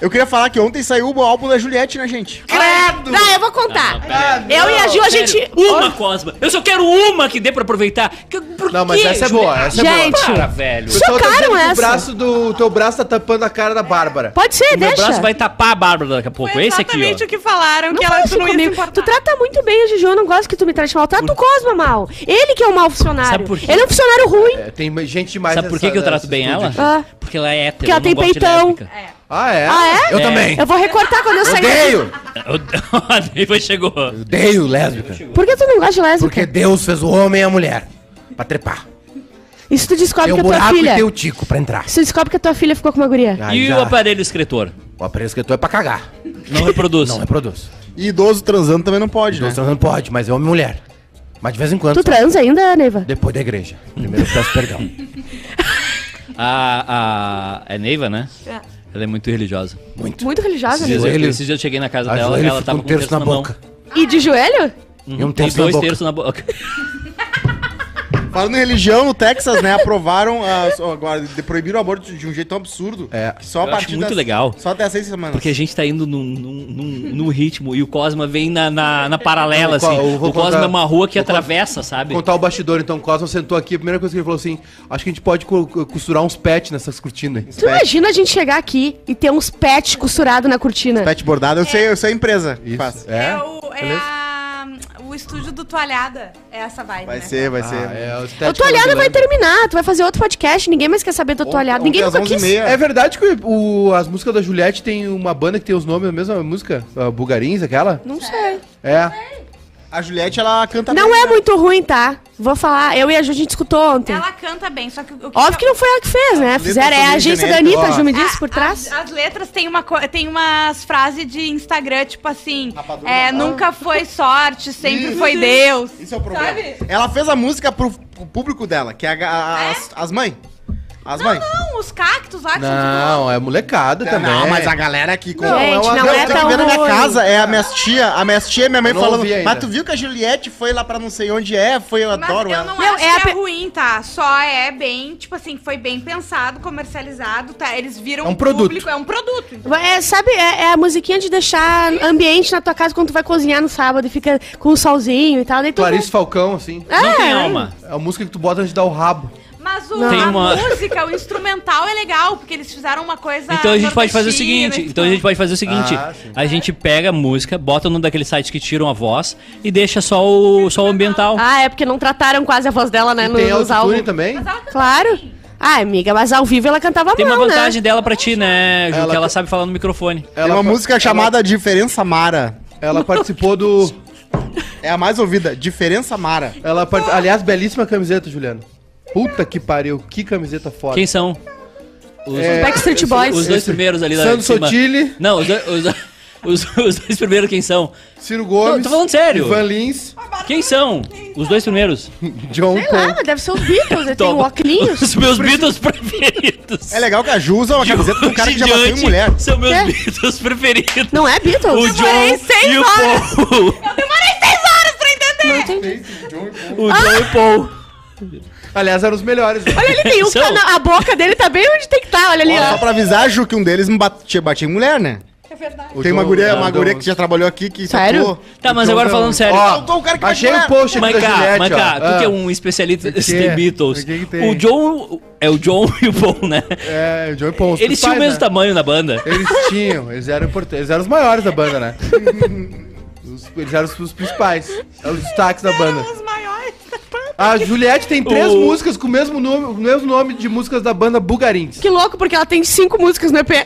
Speaker 2: Eu queria falar que ontem saiu o álbum da Juliette, né, gente?
Speaker 4: Credo! Não, eu vou contar.
Speaker 3: Ah,
Speaker 4: eu e a Gil, a gente.
Speaker 3: Sério, Uma Cosma. Eu só quero uma que dê pra aproveitar. Que- por
Speaker 1: Não, mas
Speaker 3: quê,
Speaker 1: essa é
Speaker 3: Juliana?
Speaker 1: boa, essa é
Speaker 4: Gente.
Speaker 1: boa.
Speaker 3: Para, velho.
Speaker 1: O pessoal
Speaker 4: Chocaram
Speaker 1: dizendo que
Speaker 4: essa.
Speaker 1: O braço do, o teu braço tá tampando a cara da Bárbara.
Speaker 4: Pode ser,
Speaker 3: Meu
Speaker 4: deixa.
Speaker 3: braço vai tapar a Bárbara daqui a pouco.
Speaker 5: Foi
Speaker 3: Esse aqui,
Speaker 5: exatamente
Speaker 3: ó.
Speaker 5: o que falaram,
Speaker 4: Não
Speaker 5: que
Speaker 4: fala
Speaker 5: ela
Speaker 4: assim
Speaker 5: tu não ia se
Speaker 4: comigo.
Speaker 5: importar.
Speaker 4: Tu trata muito bem a Juju, eu não gosto que tu me trate mal. Trata o Cosma mal. Ele que é um mau funcionário.
Speaker 3: Sabe por quê?
Speaker 4: Ele é um funcionário ruim.
Speaker 1: É, tem gente demais
Speaker 3: Sabe por que,
Speaker 1: nessa-
Speaker 3: que eu trato
Speaker 1: nessa
Speaker 3: bem
Speaker 1: estúdio
Speaker 3: ela?
Speaker 1: aqui.
Speaker 4: Ah.
Speaker 3: Porque ela é hétero.
Speaker 4: Porque ela
Speaker 3: eu
Speaker 4: tem
Speaker 3: não gosto de
Speaker 4: peitão.
Speaker 3: lésbica.
Speaker 1: Ah, é?
Speaker 4: Ah, é?
Speaker 1: Eu
Speaker 3: É.
Speaker 1: também.
Speaker 4: Eu vou recortar quando eu sair.
Speaker 1: Odeio!
Speaker 3: O a Neiva chegou.
Speaker 1: Odeio lésbica.
Speaker 4: Por que tu não gosta de lésbica?
Speaker 1: Porque Deus fez o homem e a mulher. Pra trepar.
Speaker 4: Isso tu descobre
Speaker 1: Tem
Speaker 4: que
Speaker 1: o
Speaker 4: a tua
Speaker 1: buraco e
Speaker 4: filha.
Speaker 1: tem um- o tico pra entrar.
Speaker 4: Isso tu descobre que a tua filha ficou com uma guria.
Speaker 1: Aí
Speaker 3: E
Speaker 1: já-
Speaker 3: o aparelho escritor?
Speaker 1: O aparelho escritor é pra cagar.
Speaker 3: Não reproduz.
Speaker 1: Não é reproduz.
Speaker 2: E idoso transando também não pode, né?
Speaker 1: Você não pode, mas é homem e mulher. Mas de vez em quando.
Speaker 4: Tu
Speaker 1: só.
Speaker 4: transa ainda, Neiva?
Speaker 1: Depois da igreja. Primeiro eu peço perdão.
Speaker 3: A, a, é Neiva, né? Ela é muito religiosa.
Speaker 4: Muito religiosa,
Speaker 5: né?
Speaker 3: Esses dias,
Speaker 4: Neiva.
Speaker 1: Joelho.
Speaker 3: eu, esses dias eu cheguei na casa dela,
Speaker 1: Ajoelho,
Speaker 3: ela
Speaker 1: fica
Speaker 3: tava
Speaker 1: um terço na boca.
Speaker 4: E de joelho?
Speaker 1: E um
Speaker 3: Uhum. Tem
Speaker 1: terço na
Speaker 3: dois
Speaker 1: boca.
Speaker 3: terços na boca.
Speaker 2: Falando em religião, no Texas, né, aprovaram, a- só agora, de- proibiram o aborto de um jeito tão absurdo.
Speaker 1: É.
Speaker 2: que Só a
Speaker 3: Eu acho
Speaker 2: partir
Speaker 3: muito
Speaker 2: das-
Speaker 3: legal.
Speaker 2: Só até as seis semanas.
Speaker 3: Porque a gente tá indo num, num, num- num ritmo e o Cosma vem na, na, na paralela,
Speaker 1: Eu vou-
Speaker 3: assim.
Speaker 1: eu vou
Speaker 3: O Cosma
Speaker 1: contar-
Speaker 3: é uma rua que atravessa, sabe?
Speaker 1: Contar o bastidor, então, o Cosmo sentou aqui, a primeira coisa que ele falou assim, acho que a gente pode co- co- costurar uns pets nessas cortinas. aí."
Speaker 4: Tu imagina a gente chegar aqui e ter uns pets costurados na cortina.
Speaker 2: Pet bordado, eu
Speaker 4: É.
Speaker 2: sei, eu sei a empresa que faz.
Speaker 1: Isso.
Speaker 5: É,
Speaker 1: É?
Speaker 5: o, é
Speaker 1: Beleza?
Speaker 5: a, o estúdio do Toalhada. É essa vibe,
Speaker 2: Vai
Speaker 5: né?
Speaker 2: ser, vai ser.
Speaker 1: Ah, é, os
Speaker 4: A
Speaker 1: pets
Speaker 4: tua olhada vai
Speaker 1: brasileiros.
Speaker 4: terminar, tu vai fazer outro podcast, ninguém mais quer saber da tua olhada.
Speaker 2: ontem
Speaker 4: Ninguém
Speaker 2: às
Speaker 4: nunca
Speaker 2: 11 e
Speaker 4: quis.
Speaker 2: meia.
Speaker 1: É verdade que o- as músicas da Juliette tem uma banda que tem os nomes da mesma música? A Bugarins, aquela?
Speaker 4: Não sei.
Speaker 1: É.
Speaker 2: A Juliette, ela canta
Speaker 4: Não
Speaker 2: bem,
Speaker 4: é
Speaker 2: né?
Speaker 4: muito ruim, tá? Vou falar, eu e a Ju, a gente escutou ontem.
Speaker 5: Ela canta bem, só que o que
Speaker 4: Óbvio que não foi ela que fez, né?
Speaker 2: letras
Speaker 4: Fizeram, é
Speaker 2: são
Speaker 4: a
Speaker 2: meio
Speaker 4: agência da
Speaker 2: genéricas,
Speaker 4: Anitta, a Ju me
Speaker 5: Ah,
Speaker 4: disse, por trás.
Speaker 5: As, as letras têm uma co- tem umas frases de Instagram, tipo assim,
Speaker 2: Rapadura
Speaker 5: é,
Speaker 2: na mão.
Speaker 5: nunca foi sorte, sempre
Speaker 2: Isso.
Speaker 5: foi Deus.
Speaker 2: Isso é o problema.
Speaker 5: Sabe?
Speaker 2: Ela fez a música pro, pro público dela, que é, a- a-
Speaker 5: É?
Speaker 2: As, as mães. As mães.
Speaker 5: Não, os cactos lá que são tudo
Speaker 1: Não, é molecada também.
Speaker 2: a galera que com...
Speaker 4: Não, Gente, é uma- não é
Speaker 2: eu tenho
Speaker 4: tão
Speaker 2: que ver na minha
Speaker 4: ruim.
Speaker 2: casa, é a minha tia, a minha tia e minha mãe
Speaker 1: Eu não
Speaker 2: falando,
Speaker 1: ouvi ainda.
Speaker 2: mas tu viu que a Juliette foi lá pra não sei onde é, foi, eu
Speaker 5: Mas
Speaker 2: adoro
Speaker 5: eu
Speaker 2: ela.
Speaker 5: não,
Speaker 4: Não,
Speaker 5: acho
Speaker 4: é a
Speaker 5: que
Speaker 4: pe-
Speaker 5: é ruim, tá? Só é bem, tipo assim, foi bem pensado, comercializado, tá? Eles viram
Speaker 1: É um
Speaker 5: o
Speaker 1: produto.
Speaker 5: público, é um produto.
Speaker 4: É, sabe, é, é a musiquinha de deixar ambiente na tua casa quando tu vai cozinhar no sábado e fica com o solzinho e tal. Daí tu
Speaker 1: Clarice Falcão, assim.
Speaker 3: Não tem
Speaker 4: É.
Speaker 3: alma.
Speaker 1: É a música que tu bota antes de dar o rabo.
Speaker 5: Mas o-
Speaker 4: Não.
Speaker 5: a
Speaker 3: Tem uma-
Speaker 5: música, o instrumental é legal, porque eles fizeram uma né? coisa.
Speaker 3: Então a gente pode fazer o
Speaker 5: nordestina tipo,
Speaker 3: seguinte,
Speaker 5: e
Speaker 3: então a
Speaker 5: tal.
Speaker 3: gente pode fazer o seguinte,
Speaker 1: Ah, sim.
Speaker 3: a gente pega a música, bota num daqueles sites que tiram a voz e deixa só o só o ambiental.
Speaker 4: Ah, é porque não trataram quase a voz dela, né,
Speaker 1: E
Speaker 4: no,
Speaker 1: tem
Speaker 4: nos
Speaker 1: autotune
Speaker 4: álbuns.
Speaker 1: também.
Speaker 5: Mas ela canta
Speaker 4: Claro.
Speaker 5: bem.
Speaker 4: Ah, amiga, mas ao vivo ela cantava
Speaker 3: Tem uma
Speaker 4: mal,
Speaker 3: vantagem
Speaker 4: né?
Speaker 3: dela pra ti, né, Ju,
Speaker 1: Ela- É,
Speaker 3: que ela sabe falar no microfone.
Speaker 2: Tem uma
Speaker 1: fa-
Speaker 2: música
Speaker 1: ela-
Speaker 2: chamada Diferença Mara.
Speaker 1: Ela participou do.
Speaker 2: É a mais ouvida, Diferença Mara.
Speaker 1: Ela part- Aliás, belíssima camiseta, Juliano. Puta que pariu, que camiseta foda.
Speaker 3: Quem são? Os,
Speaker 1: É,
Speaker 4: Backstreet Boys.
Speaker 3: os dois primeiros ali
Speaker 1: Sandro
Speaker 3: de cima.
Speaker 1: Sotile.
Speaker 3: Não, os, dois- os, os, os dois primeiros quem são?
Speaker 1: Ciro Gomes.
Speaker 3: Tô- tô falando sério.
Speaker 1: Ivan Lins,
Speaker 3: Quem são? Os dois primeiros.
Speaker 1: John
Speaker 4: Sei lá,
Speaker 1: Cole.
Speaker 4: Ah, mas deve ser os Beatles, ele tem o
Speaker 3: Toma.
Speaker 4: Oclinhos.
Speaker 3: Os meus Beatles preferidos.
Speaker 2: É legal que a Ju usa uma camiseta de um cara que já
Speaker 3: Hoje em
Speaker 2: bateu em
Speaker 3: diante,
Speaker 2: mulher.
Speaker 3: São meus
Speaker 4: É.
Speaker 3: Beatles preferidos.
Speaker 4: Não é Beatles?
Speaker 3: O John e o Paul.
Speaker 4: Não entendi.
Speaker 3: O John e o Paul.
Speaker 1: Aliás, eram os melhores. né?
Speaker 4: Olha, ele tem um
Speaker 3: São.
Speaker 4: canal, a boca dele tá bem onde tem que estar, olha ali,
Speaker 2: Ó, Só
Speaker 4: ó.
Speaker 2: pra avisar, Ju, que um deles me batia, batia em mulher, né?
Speaker 5: É verdade.
Speaker 1: O
Speaker 2: Tem uma
Speaker 1: John-
Speaker 2: guria,
Speaker 1: é,
Speaker 2: uma
Speaker 1: o
Speaker 2: guria
Speaker 1: John-
Speaker 2: que já Então, trabalhou aqui, que
Speaker 4: Sério?
Speaker 2: tatuou.
Speaker 3: Tá, mas
Speaker 1: John
Speaker 3: agora
Speaker 1: Cole.
Speaker 3: falando sério.
Speaker 1: Então, Ó,
Speaker 2: Faltou o cara que vai
Speaker 1: achei
Speaker 2: ganhar.
Speaker 1: o post aqui da
Speaker 3: Mas cá,
Speaker 1: Juliette,
Speaker 3: mas cá,
Speaker 1: ó.
Speaker 3: tu que é
Speaker 1: Ah,
Speaker 3: um especialista
Speaker 1: Por quê?
Speaker 3: em Beatles.
Speaker 1: Por que que tem?
Speaker 3: o John. É o John e o Paul, né?
Speaker 1: É, o John Paul. os
Speaker 3: Eles tinham o
Speaker 1: principais,
Speaker 3: mesmo
Speaker 1: né?
Speaker 3: tamanho na banda.
Speaker 1: Eles tinham, eles eram importantes. Eles eram os maiores da banda, né? Os- eles eram os, os principais. Eram os destaques da banda.
Speaker 5: Os maiores.
Speaker 1: A Juliette tem três
Speaker 3: O-
Speaker 1: músicas com o mesmo nome, o mesmo nome de músicas da banda Bugarins. É.
Speaker 4: É. Que louco, porque ela tem cinco músicas no EP.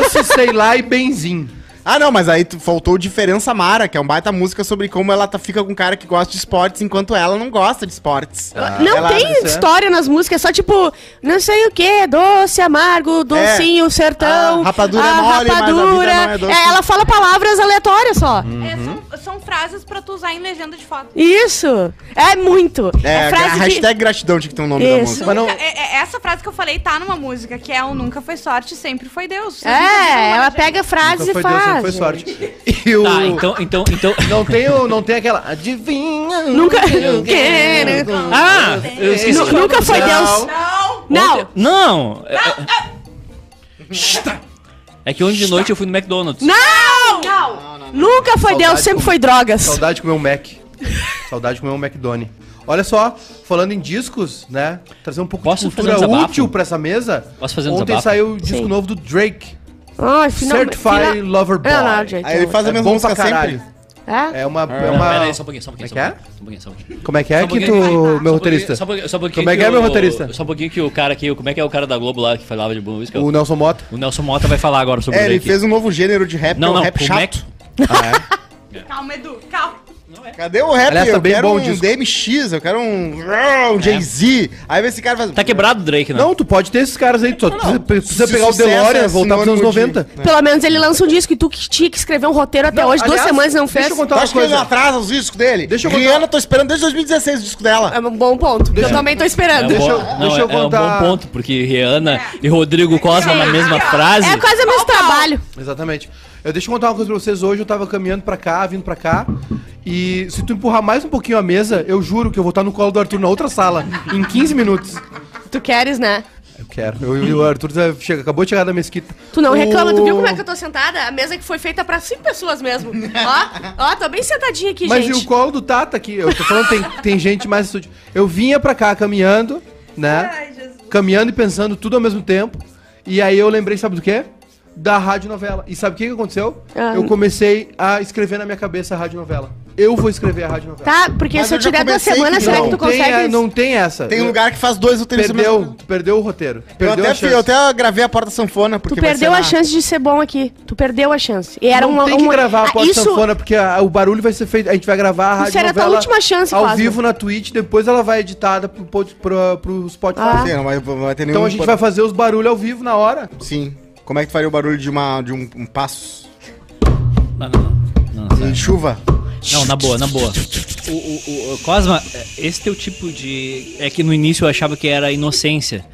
Speaker 1: Doce, sei lá e Benzinho.
Speaker 2: Ah, não, mas aí tu- faltou Diferença Mara, que é uma baita música sobre como ela tá- fica com um cara que gosta de esportes, enquanto ela não gosta de esportes.
Speaker 4: Não
Speaker 2: Ela-
Speaker 4: tem
Speaker 2: isso é.
Speaker 4: história nas músicas, é só tipo, não sei o que, doce, amargo, docinho, sertão.
Speaker 2: Ah, rapadura é mole, mas a vida não é doce.
Speaker 4: É, ela fala palavras aleatórias só.
Speaker 3: Uhum.
Speaker 5: É, são, são frases pra tu usar em legenda de foto.
Speaker 4: Isso! É muito!
Speaker 2: É,
Speaker 4: É, frase
Speaker 2: a
Speaker 4: de.
Speaker 2: hashtag gratidão tinha que ter o nome da
Speaker 4: Isso.
Speaker 2: música.
Speaker 1: Mas não-
Speaker 5: Nunca- é- é- essa frase que eu falei tá numa música, que é o Nunca Foi Sorte, Sempre Foi Deus. Vocês não
Speaker 4: É,
Speaker 5: entenderam,
Speaker 4: ela
Speaker 5: gente.
Speaker 4: pega frases
Speaker 1: Nunca
Speaker 4: e
Speaker 1: foi Deus,
Speaker 4: faz.
Speaker 1: sempre foi sorte. E o...
Speaker 3: Tá, então, então, então.
Speaker 1: Não tem, o- não tem aquela. Adivinha.
Speaker 4: Nunca.
Speaker 3: Ah, eu esqueci.
Speaker 4: Nu-
Speaker 3: de falar
Speaker 4: nunca
Speaker 3: pra
Speaker 4: foi
Speaker 3: você.
Speaker 4: Deus.
Speaker 5: Não!
Speaker 4: Não!
Speaker 3: Ontem- Não! É, é- É que ontem de noite eu fui no McDonald's.
Speaker 4: Não!
Speaker 5: Não!
Speaker 4: Nunca foi
Speaker 1: Saudade
Speaker 4: Deus, sempre
Speaker 1: como-
Speaker 4: foi drogas.
Speaker 1: Saudade de comer um Mac. Saudade de comer um McDonald's. Olha só, falando em discos, né? Trazer um pouco
Speaker 3: Posso
Speaker 1: de
Speaker 3: fazer um
Speaker 1: cultura
Speaker 3: desabafo?
Speaker 1: útil pra essa mesa.
Speaker 3: Posso fazer um
Speaker 1: Ontem
Speaker 3: desabafo?
Speaker 1: saiu o disco
Speaker 4: Sim.
Speaker 1: novo do Drake.
Speaker 4: Ai, finalmente.
Speaker 1: Certify
Speaker 4: fina-
Speaker 1: Lover Boy.
Speaker 4: Não, Ah, não, gente.
Speaker 2: Aí ele faz a
Speaker 1: É
Speaker 2: mesma
Speaker 1: bom pra
Speaker 2: música
Speaker 1: caralho.
Speaker 2: sempre.
Speaker 4: É?
Speaker 1: É uma. É
Speaker 3: Não,
Speaker 1: uma...
Speaker 3: pera aí, só um pouquinho, só um pouquinho.
Speaker 1: Como é que é?
Speaker 3: Só um pouquinho, só um pouquinho.
Speaker 1: Como é que é
Speaker 3: Só um
Speaker 1: que tu,
Speaker 3: pouquinho.
Speaker 1: meu roteirista?
Speaker 3: Só um pouquinho- só um pouquinho
Speaker 1: Como é que é,
Speaker 3: o-
Speaker 1: meu roteirista?
Speaker 3: Só um pouquinho que o cara aqui, como é que é o cara da Globo lá que falava de música?
Speaker 1: O
Speaker 3: O,
Speaker 1: Nelson Mota.
Speaker 3: Nelson Mota vai falar agora sobre
Speaker 2: É,
Speaker 3: o
Speaker 2: ele
Speaker 3: Drake.
Speaker 2: fez um novo gênero de rap,
Speaker 3: Não,
Speaker 2: que é
Speaker 3: não,
Speaker 2: o rap
Speaker 3: como é
Speaker 2: chato.
Speaker 3: que-
Speaker 5: Calma, Edu, calma.
Speaker 2: Cadê o rap?
Speaker 1: Aliás, tá
Speaker 2: eu
Speaker 1: bem
Speaker 2: quero
Speaker 1: bom o
Speaker 2: um
Speaker 1: disco. É.
Speaker 2: DMX, eu quero um, um Jay-Z. Aí vem esse cara e faz...
Speaker 3: Tá quebrado o Drake, né?
Speaker 1: Não, tu pode ter esses caras aí. Tu só precisa, precisa
Speaker 2: Se
Speaker 1: pegar o
Speaker 2: sucesso
Speaker 1: DeLorean
Speaker 2: é
Speaker 1: e voltar pros anos
Speaker 2: sinônimo de-
Speaker 1: 90.
Speaker 4: Pelo menos ele lança um disco e tu que tinha que escrever um roteiro até
Speaker 1: Não,
Speaker 4: hoje, duas
Speaker 1: aliás,
Speaker 4: semanas não
Speaker 1: deixa
Speaker 4: fez.
Speaker 1: eu contar- uma
Speaker 2: Tu acha que ele
Speaker 1: coisa.
Speaker 2: não atrasa os discos dele?
Speaker 1: Deixa eu
Speaker 2: Rihanna,
Speaker 1: contar-
Speaker 2: tô esperando desde 2016 o disco dela.
Speaker 4: É um bom ponto.
Speaker 1: Deixa-
Speaker 4: Eu também tô
Speaker 3: É um
Speaker 4: esperando.
Speaker 3: bom-
Speaker 1: Deixa eu-
Speaker 3: não,
Speaker 1: deixa eu
Speaker 3: é- é um
Speaker 1: contar-
Speaker 3: bom ponto, porque Rihanna e Rodrigo Costa na mesma frase.
Speaker 4: É quase o mesmo trabalho.
Speaker 1: Exatamente. Eu deixa eu contar uma coisa pra vocês. Hoje eu tava caminhando pra cá, vindo pra cá. E se tu empurrar mais um pouquinho a mesa, eu juro que eu vou estar no colo do Arthur na outra sala, em 15 minutos.
Speaker 4: Tu queres, né?
Speaker 1: Eu quero. Eu, eu- o Arthur tá- chega, acabou de chegar da mesquita.
Speaker 4: Tu não
Speaker 1: O-
Speaker 4: reclama, tu viu como é que eu tô sentada? A mesa que foi feita pra cinco pessoas mesmo. ó, ó, tô bem sentadinha aqui,
Speaker 1: Mas e o
Speaker 4: gente.
Speaker 1: colo do Tata aqui? Eu tô falando, tem, tem gente mais no estúdio. Eu vinha pra cá caminhando, né? Caminhando e pensando tudo ao mesmo tempo. E aí eu lembrei, sabe do quê? Da rádio novela. E sabe o que, que aconteceu?
Speaker 4: Ah.
Speaker 1: Eu comecei a escrever na minha cabeça a rádio novela. Eu vou escrever a rádio novela.
Speaker 4: Tá, porque
Speaker 2: Mas
Speaker 4: se eu
Speaker 2: eu já
Speaker 4: tiver duas
Speaker 2: comecei
Speaker 4: semanas,
Speaker 2: que
Speaker 4: será
Speaker 2: não.
Speaker 4: que tu
Speaker 1: tem,
Speaker 4: consegue?
Speaker 1: a- não tem essa.
Speaker 2: Tem um
Speaker 1: Eu-
Speaker 2: lugar que faz dois utensílios ao
Speaker 1: Perdeu,
Speaker 2: mesmo tempo.
Speaker 1: perdeu o roteiro.
Speaker 2: Eu
Speaker 1: Perdeu
Speaker 2: até,
Speaker 1: a
Speaker 2: fi-
Speaker 1: chance.
Speaker 2: eu até gravei a porta sanfona,
Speaker 4: Tu
Speaker 2: porque vai
Speaker 4: perdeu
Speaker 2: ser
Speaker 4: a
Speaker 2: na-
Speaker 4: chance de ser bom aqui. Tu perdeu a chance. E era
Speaker 1: não
Speaker 4: uma,
Speaker 1: tem que
Speaker 4: uma-
Speaker 1: gravar um a
Speaker 4: Ah,
Speaker 1: porta
Speaker 4: isso...
Speaker 1: sanfona, porque a- o barulho vai ser feito. A gente vai gravar a rádio
Speaker 4: era a tua
Speaker 1: novela
Speaker 4: última chance,
Speaker 1: ao
Speaker 4: Cosmo.
Speaker 1: vivo na Twitch, depois ela vai editada pro, pod- pro, pro Spotify.
Speaker 4: Ah.
Speaker 2: Sim, não vai, vai ter
Speaker 1: Então
Speaker 2: nenhum-
Speaker 1: a gente vai fazer os barulhos ao vivo na hora.
Speaker 2: Sim. Como é que tu faria o barulho de, uma, de um, um passo?
Speaker 3: Não, não, não. Não, sério.
Speaker 2: Em chuva?
Speaker 3: Não, na boa, na boa. O, o- o- o Cosma, esse teu tipo de. É que no início eu achava que era inocência.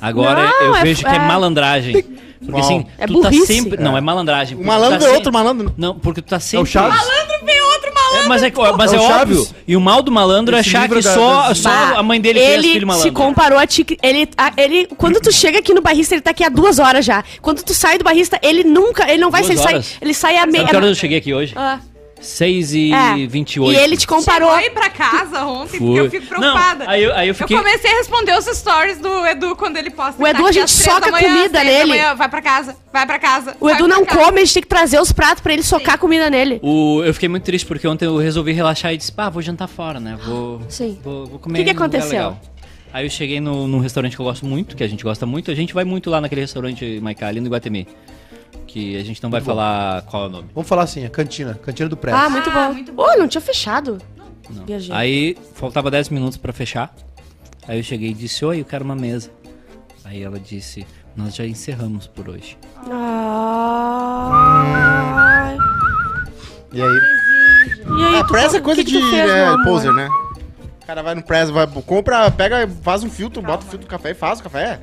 Speaker 3: Agora
Speaker 4: Não,
Speaker 3: eu
Speaker 4: é-
Speaker 3: vejo que é
Speaker 4: é-
Speaker 3: malandragem. Porque assim,
Speaker 4: É
Speaker 3: tu
Speaker 4: burrice.
Speaker 3: tá sempre. Não, é malandragem.
Speaker 2: O
Speaker 1: Um
Speaker 3: porque tu
Speaker 2: malandro
Speaker 3: tá
Speaker 2: é
Speaker 3: sem-
Speaker 2: outro malandro.
Speaker 3: Não, porque tu tá sempre.
Speaker 1: É o Chaves.
Speaker 5: Malandro vem outro
Speaker 3: É,
Speaker 5: malandro.
Speaker 3: mas é, mas é,
Speaker 1: É o Chaves.
Speaker 3: óbvio. E o mal do malandro é
Speaker 1: Esse
Speaker 3: achar
Speaker 1: livro
Speaker 3: que
Speaker 1: da-
Speaker 3: só,
Speaker 1: das-
Speaker 3: só
Speaker 4: Bah,
Speaker 3: a mãe dele
Speaker 4: ele
Speaker 3: fez filho malandro.
Speaker 4: se comparou a ti. Ele, a- ele, quando tu chega aqui no barrista, ele tá aqui há duas horas já. Quando tu sai do barrista, ele nunca. Ele não vai
Speaker 3: Duas
Speaker 4: sair. Sai,
Speaker 3: horas?
Speaker 4: ele sai a meia.
Speaker 3: Sabe que horas eu cheguei aqui hoje?
Speaker 4: Ah,
Speaker 3: 6 e
Speaker 4: é.
Speaker 3: 28.
Speaker 4: E ele te comparou.
Speaker 5: Parou. Eu pra casa ontem,
Speaker 3: Fui.
Speaker 5: porque eu fico preocupada.
Speaker 3: Não, aí eu- aí eu fiquei-
Speaker 5: comecei a responder os stories do Edu quando ele posta.
Speaker 4: O
Speaker 5: que
Speaker 4: Edu,
Speaker 5: tá
Speaker 4: a
Speaker 5: aqui
Speaker 4: gente
Speaker 5: às três
Speaker 4: soca
Speaker 5: da manhã,
Speaker 4: comida
Speaker 5: às três da
Speaker 4: nele.
Speaker 5: manhã, Vai pra casa, vai pra casa.
Speaker 4: O
Speaker 5: vai
Speaker 4: Edu
Speaker 5: pra
Speaker 4: não
Speaker 5: casa.
Speaker 4: come, a gente tem que trazer os pratos pra ele socar a comida nele.
Speaker 3: O- eu fiquei muito triste porque ontem eu resolvi relaxar e disse, pá, vou jantar fora, né? Vou,
Speaker 4: Sim.
Speaker 3: vou, vou comer
Speaker 4: Que que
Speaker 3: em um lugar
Speaker 4: aconteceu?
Speaker 3: legal." Aí eu cheguei no, num restaurante que eu gosto muito, que a gente gosta muito. A gente vai muito lá naquele restaurante, Maiká, ali no Iguatemi. Que a gente não vai falar qual é o nome.
Speaker 1: Vamos falar assim, a cantina, cantina do prédio.
Speaker 4: Ah, muito bom.
Speaker 5: muito
Speaker 4: Ô, não tinha fechado.
Speaker 3: Não.
Speaker 4: Viajei.
Speaker 3: Aí faltava 10 minutos pra fechar. Aí eu cheguei e disse, oi, eu quero uma mesa. Aí ela disse, nós já encerramos por hoje.
Speaker 4: Ai.
Speaker 2: E aí?
Speaker 4: E aí,
Speaker 2: Ah,
Speaker 4: tu,
Speaker 2: press é
Speaker 4: o
Speaker 2: coisa
Speaker 4: que
Speaker 2: de
Speaker 4: que tu fez,
Speaker 2: é,
Speaker 4: meu amor?
Speaker 2: poser, né? O cara vai no press, vai, compra, pega, faz um filtro, bota o filtro do café e faz o café.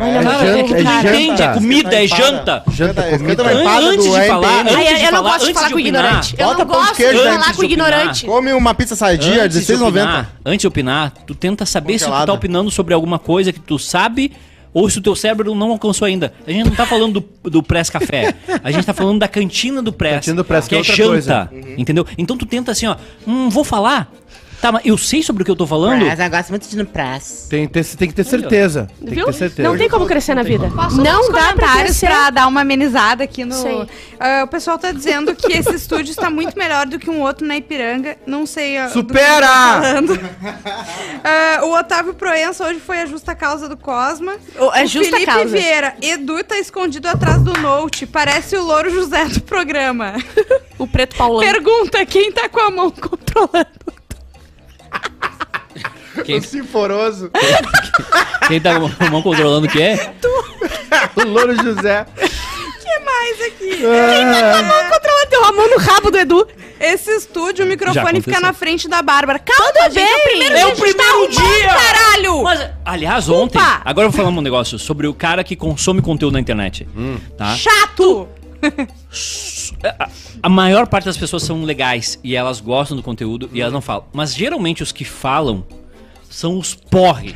Speaker 4: Olha, mas
Speaker 1: janta,
Speaker 4: teve
Speaker 1: é
Speaker 4: cara.
Speaker 1: janta.
Speaker 3: Entende? É comida,
Speaker 2: tá
Speaker 3: é janta.
Speaker 1: Janta, comida.
Speaker 2: uma empada
Speaker 3: Antes
Speaker 2: do
Speaker 3: de falar,
Speaker 2: RPM.
Speaker 3: Antes
Speaker 4: Ai,
Speaker 3: de
Speaker 4: eu não
Speaker 3: falar,
Speaker 4: gosto de
Speaker 3: antes
Speaker 4: falar
Speaker 3: de
Speaker 4: com
Speaker 3: opinar.
Speaker 4: ignorante. Eu
Speaker 2: Bota
Speaker 4: não
Speaker 2: pão de
Speaker 4: gosto de
Speaker 2: queijo
Speaker 4: falar
Speaker 3: antes
Speaker 4: com
Speaker 3: de opinar.
Speaker 4: ignorante.
Speaker 2: Come uma pizza sadia,
Speaker 3: Antes de
Speaker 2: R$16,90.
Speaker 3: opinar, antes de opinar, tu tenta saber se tu tá
Speaker 2: Congelada.
Speaker 3: opinando sobre alguma coisa que tu sabe ou se o teu cérebro não alcançou ainda. A gente não tá falando do, do Press Café. A gente tá falando da cantina do Press.
Speaker 1: Cantina do Press, que
Speaker 3: que,
Speaker 1: é
Speaker 3: é
Speaker 1: outra
Speaker 3: janta.
Speaker 1: coisa.
Speaker 3: Entendeu? Então tu tenta assim, ó. Hum, vou falar. Tá, mas eu sei sobre o que eu tô falando?
Speaker 6: Mas eu gosto muito de no prazo.
Speaker 1: Tem, que ter- tem que ter certeza. Tem que
Speaker 4: Viu?
Speaker 1: ter certeza.
Speaker 4: Não tem como crescer na vida.
Speaker 5: Posso ler uns
Speaker 4: Não dá pra
Speaker 5: comentários
Speaker 4: crescer.
Speaker 5: pra dar uma amenizada aqui no.
Speaker 4: Sim.
Speaker 5: Ah, o pessoal tá dizendo que esse estúdio está muito melhor do que um outro na Ipiranga. Não sei. ah, do que
Speaker 1: Supera!
Speaker 5: eu tô falando. Ah, o Otávio Proença hoje foi a justa causa do Cosma.
Speaker 4: O- a justa
Speaker 5: Felipe
Speaker 4: causa.
Speaker 5: Vieira, Edu tá escondido atrás do Note. Parece o Louro José do programa.
Speaker 7: O preto paulão.
Speaker 5: Pergunta quem tá com a mão controlando.
Speaker 3: Quem,
Speaker 1: Sinforoso,
Speaker 3: quem tá com a mão controlando o que é?
Speaker 1: o Louro José.
Speaker 5: que mais aqui?
Speaker 4: Não controla teu a mão no rabo do Edu.
Speaker 5: Esse estúdio, o
Speaker 3: Já
Speaker 5: microfone
Speaker 3: aconteceu.
Speaker 5: fica na frente da Bárbara. Calma,
Speaker 4: Tudo
Speaker 5: gente, é o
Speaker 4: bem.
Speaker 5: primeiro
Speaker 4: É
Speaker 5: dia.
Speaker 4: o
Speaker 5: a gente tá
Speaker 4: primeiro
Speaker 5: arrumando,
Speaker 4: dia.
Speaker 5: Caralho!
Speaker 3: Mas, aliás, ontem. Agora eu vou falar um negócio sobre o cara que consome conteúdo na internet.
Speaker 1: Hum.
Speaker 3: Tá?
Speaker 5: Chato!
Speaker 3: A- A maior parte das pessoas são legais e elas gostam do conteúdo e elas não falam. Mas geralmente os que falam são os porre.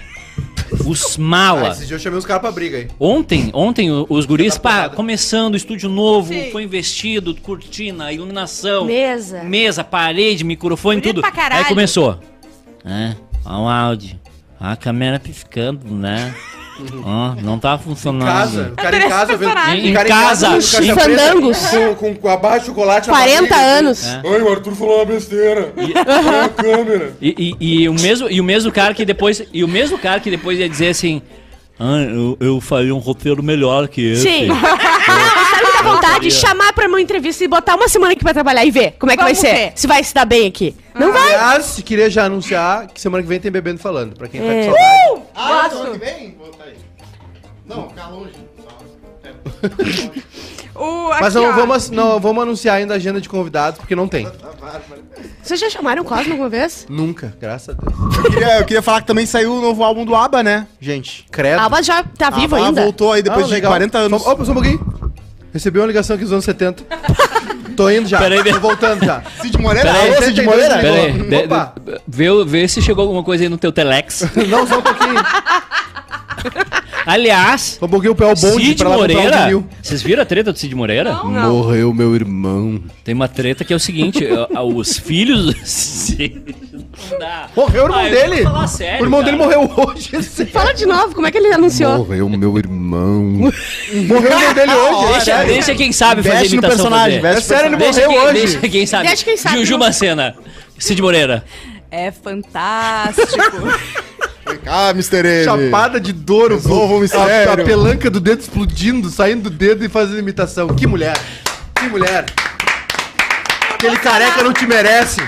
Speaker 3: Os mala.
Speaker 1: Ah, Esse dia eu chamei os caras pra briga aí.
Speaker 3: Ontem, ontem o- os guris,
Speaker 1: Tá
Speaker 3: pá,
Speaker 1: porrada.
Speaker 3: começando, estúdio novo,
Speaker 5: Sim.
Speaker 3: foi investido, cortina, iluminação,
Speaker 4: Mesa.
Speaker 3: mesa, parede, microfone,
Speaker 5: Bonito
Speaker 3: tudo.
Speaker 5: pra caralho.
Speaker 3: Aí começou. É, ó o áudio. Ó a câmera piscando, né? Ó, não tá funcionando.
Speaker 1: Casa, o cara em
Speaker 5: Adorei
Speaker 1: casa
Speaker 5: esse
Speaker 1: vendo.
Speaker 5: personagem.
Speaker 1: o cara em casa,
Speaker 3: Em
Speaker 1: vendo
Speaker 3: casa,
Speaker 1: caixa preta,
Speaker 4: fandangos.
Speaker 1: Com, com, com a barra de chocolate na
Speaker 4: 40
Speaker 1: barriga,
Speaker 3: É.
Speaker 4: anos.
Speaker 1: assim. Ai, o Arthur falou uma besteira. Olha a câmera.
Speaker 3: E, e- e o mesmo, e o mesmo cara que depois. E o mesmo cara que depois ia dizer assim. Ah, eu, eu faria um roteiro melhor que esse.
Speaker 4: Sim. Ah, sabe o que dá vontade? Chamar pra uma entrevista e botar uma semana aqui pra trabalhar e ver Ah. como é que
Speaker 5: Vamos
Speaker 4: vai ser.
Speaker 5: ver.
Speaker 4: Se vai se dar bem aqui. Não vai.
Speaker 1: Aliás, queria já anunciar que semana que vem tem Bebendo Falando, pra quem tá com
Speaker 4: É.
Speaker 3: Uh,
Speaker 1: saudade.
Speaker 2: Ah, semana que vem? Vou tá aí. Não, ficar longe. Só.
Speaker 5: O,
Speaker 1: Mas
Speaker 5: aqui,
Speaker 1: não
Speaker 5: ó.
Speaker 1: vamos, ass- não vamos anunciar ainda a agenda de convidados, porque não tem.
Speaker 4: Vocês já chamaram o Cosmo alguma vez?
Speaker 1: Nunca, graças a Deus.
Speaker 2: Eu queria, eu queria falar que também saiu o novo álbum do ABBA, né, gente?
Speaker 1: Credo.
Speaker 4: A Alba já tá viva
Speaker 2: ABBA
Speaker 4: ainda.
Speaker 2: voltou aí depois
Speaker 1: Ah,
Speaker 2: de
Speaker 1: legal.
Speaker 2: 40 anos.
Speaker 1: Só- Opa, só um pouquinho. Recebi uma ligação aqui dos anos 70. Tô indo já.
Speaker 3: Peraí,
Speaker 1: Tô voltando já.
Speaker 2: Cid Moreira?
Speaker 3: Peraí,
Speaker 2: Alô, Cid
Speaker 1: 72
Speaker 2: Moreira?
Speaker 1: ligou.
Speaker 3: Pera aí, de-
Speaker 1: Opa.
Speaker 3: de- vê, vê se chegou alguma coisa aí no teu Telex.
Speaker 1: Não, só um pouquinho.
Speaker 3: Aliás,
Speaker 1: Só um pouquinho o pé o bonde
Speaker 3: Cid
Speaker 1: pra lá comprar um
Speaker 3: Moreira.
Speaker 1: vinil.
Speaker 3: Vocês viram a treta do Cid Moreira? Hum.
Speaker 1: Morreu meu irmão.
Speaker 3: Tem uma treta que é o seguinte: ó, ó, os filhos do Cid. Não dá.
Speaker 1: Morreu o irmão
Speaker 3: Ah, eu
Speaker 1: dele?
Speaker 3: vou falar sério,
Speaker 1: o irmão
Speaker 3: cara.
Speaker 1: dele morreu hoje. sério.
Speaker 4: Fala de novo, como é que ele anunciou?
Speaker 8: Morreu meu irmão.
Speaker 1: morreu o irmão dele hoje. é
Speaker 3: Ah, Deixa,
Speaker 1: sério.
Speaker 3: deixa quem sabe fazer
Speaker 2: Veste no
Speaker 3: imitação
Speaker 2: personagem,
Speaker 3: fazer.
Speaker 1: É
Speaker 2: veste
Speaker 1: sério, ele
Speaker 3: Deixa
Speaker 1: morreu
Speaker 3: quem,
Speaker 1: hoje.
Speaker 3: deixa quem sabe.
Speaker 4: Deixa quem sabe.
Speaker 3: Juju Macena. Cid Moreira.
Speaker 5: É fantástico.
Speaker 2: Vem cá, Mr. M.
Speaker 1: Chapada de Douro,
Speaker 2: Resolva o
Speaker 1: pô.
Speaker 2: mistério.
Speaker 1: A, a pelanca do dedo explodindo, saindo do dedo e fazendo imitação. Que mulher. Que mulher. Aquele careca não te merece.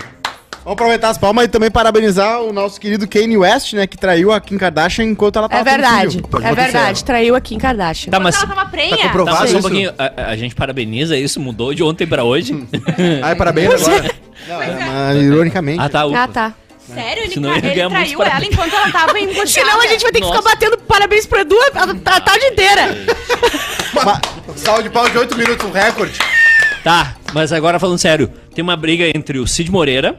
Speaker 2: Vamos aproveitar as palmas e também parabenizar o nosso querido Kanye West, né, que traiu a Kim Kardashian enquanto ela tá tava
Speaker 4: É
Speaker 2: tendo
Speaker 4: verdade.
Speaker 2: filho.
Speaker 4: É verdade. Traiu aqui em Kardashian.
Speaker 3: Tá, mas.
Speaker 5: Ela tava prenha.
Speaker 1: Tá comprovado?
Speaker 3: Tá, mas só um
Speaker 1: isso?
Speaker 3: pouquinho. A, a gente parabeniza isso, mudou de ontem pra hoje.
Speaker 1: Ai, parabéns agora.
Speaker 2: É, mas, ironicamente.
Speaker 3: ah, tá. ufa.
Speaker 4: Ah, tá.
Speaker 5: Sério? Ele,
Speaker 3: Senão
Speaker 5: tra-
Speaker 3: ele
Speaker 5: ele
Speaker 3: ganha muitos
Speaker 5: traiu ela
Speaker 3: parabéns.
Speaker 5: enquanto ela tava né? engordada.
Speaker 4: Senão a gente vai ter que ficar batendo parabéns pro Edu a, a tarde inteira.
Speaker 1: Salve de pau de 8 minutos, um recorde.
Speaker 3: Tá, mas agora falando sério, tem uma briga entre o Cid Moreira,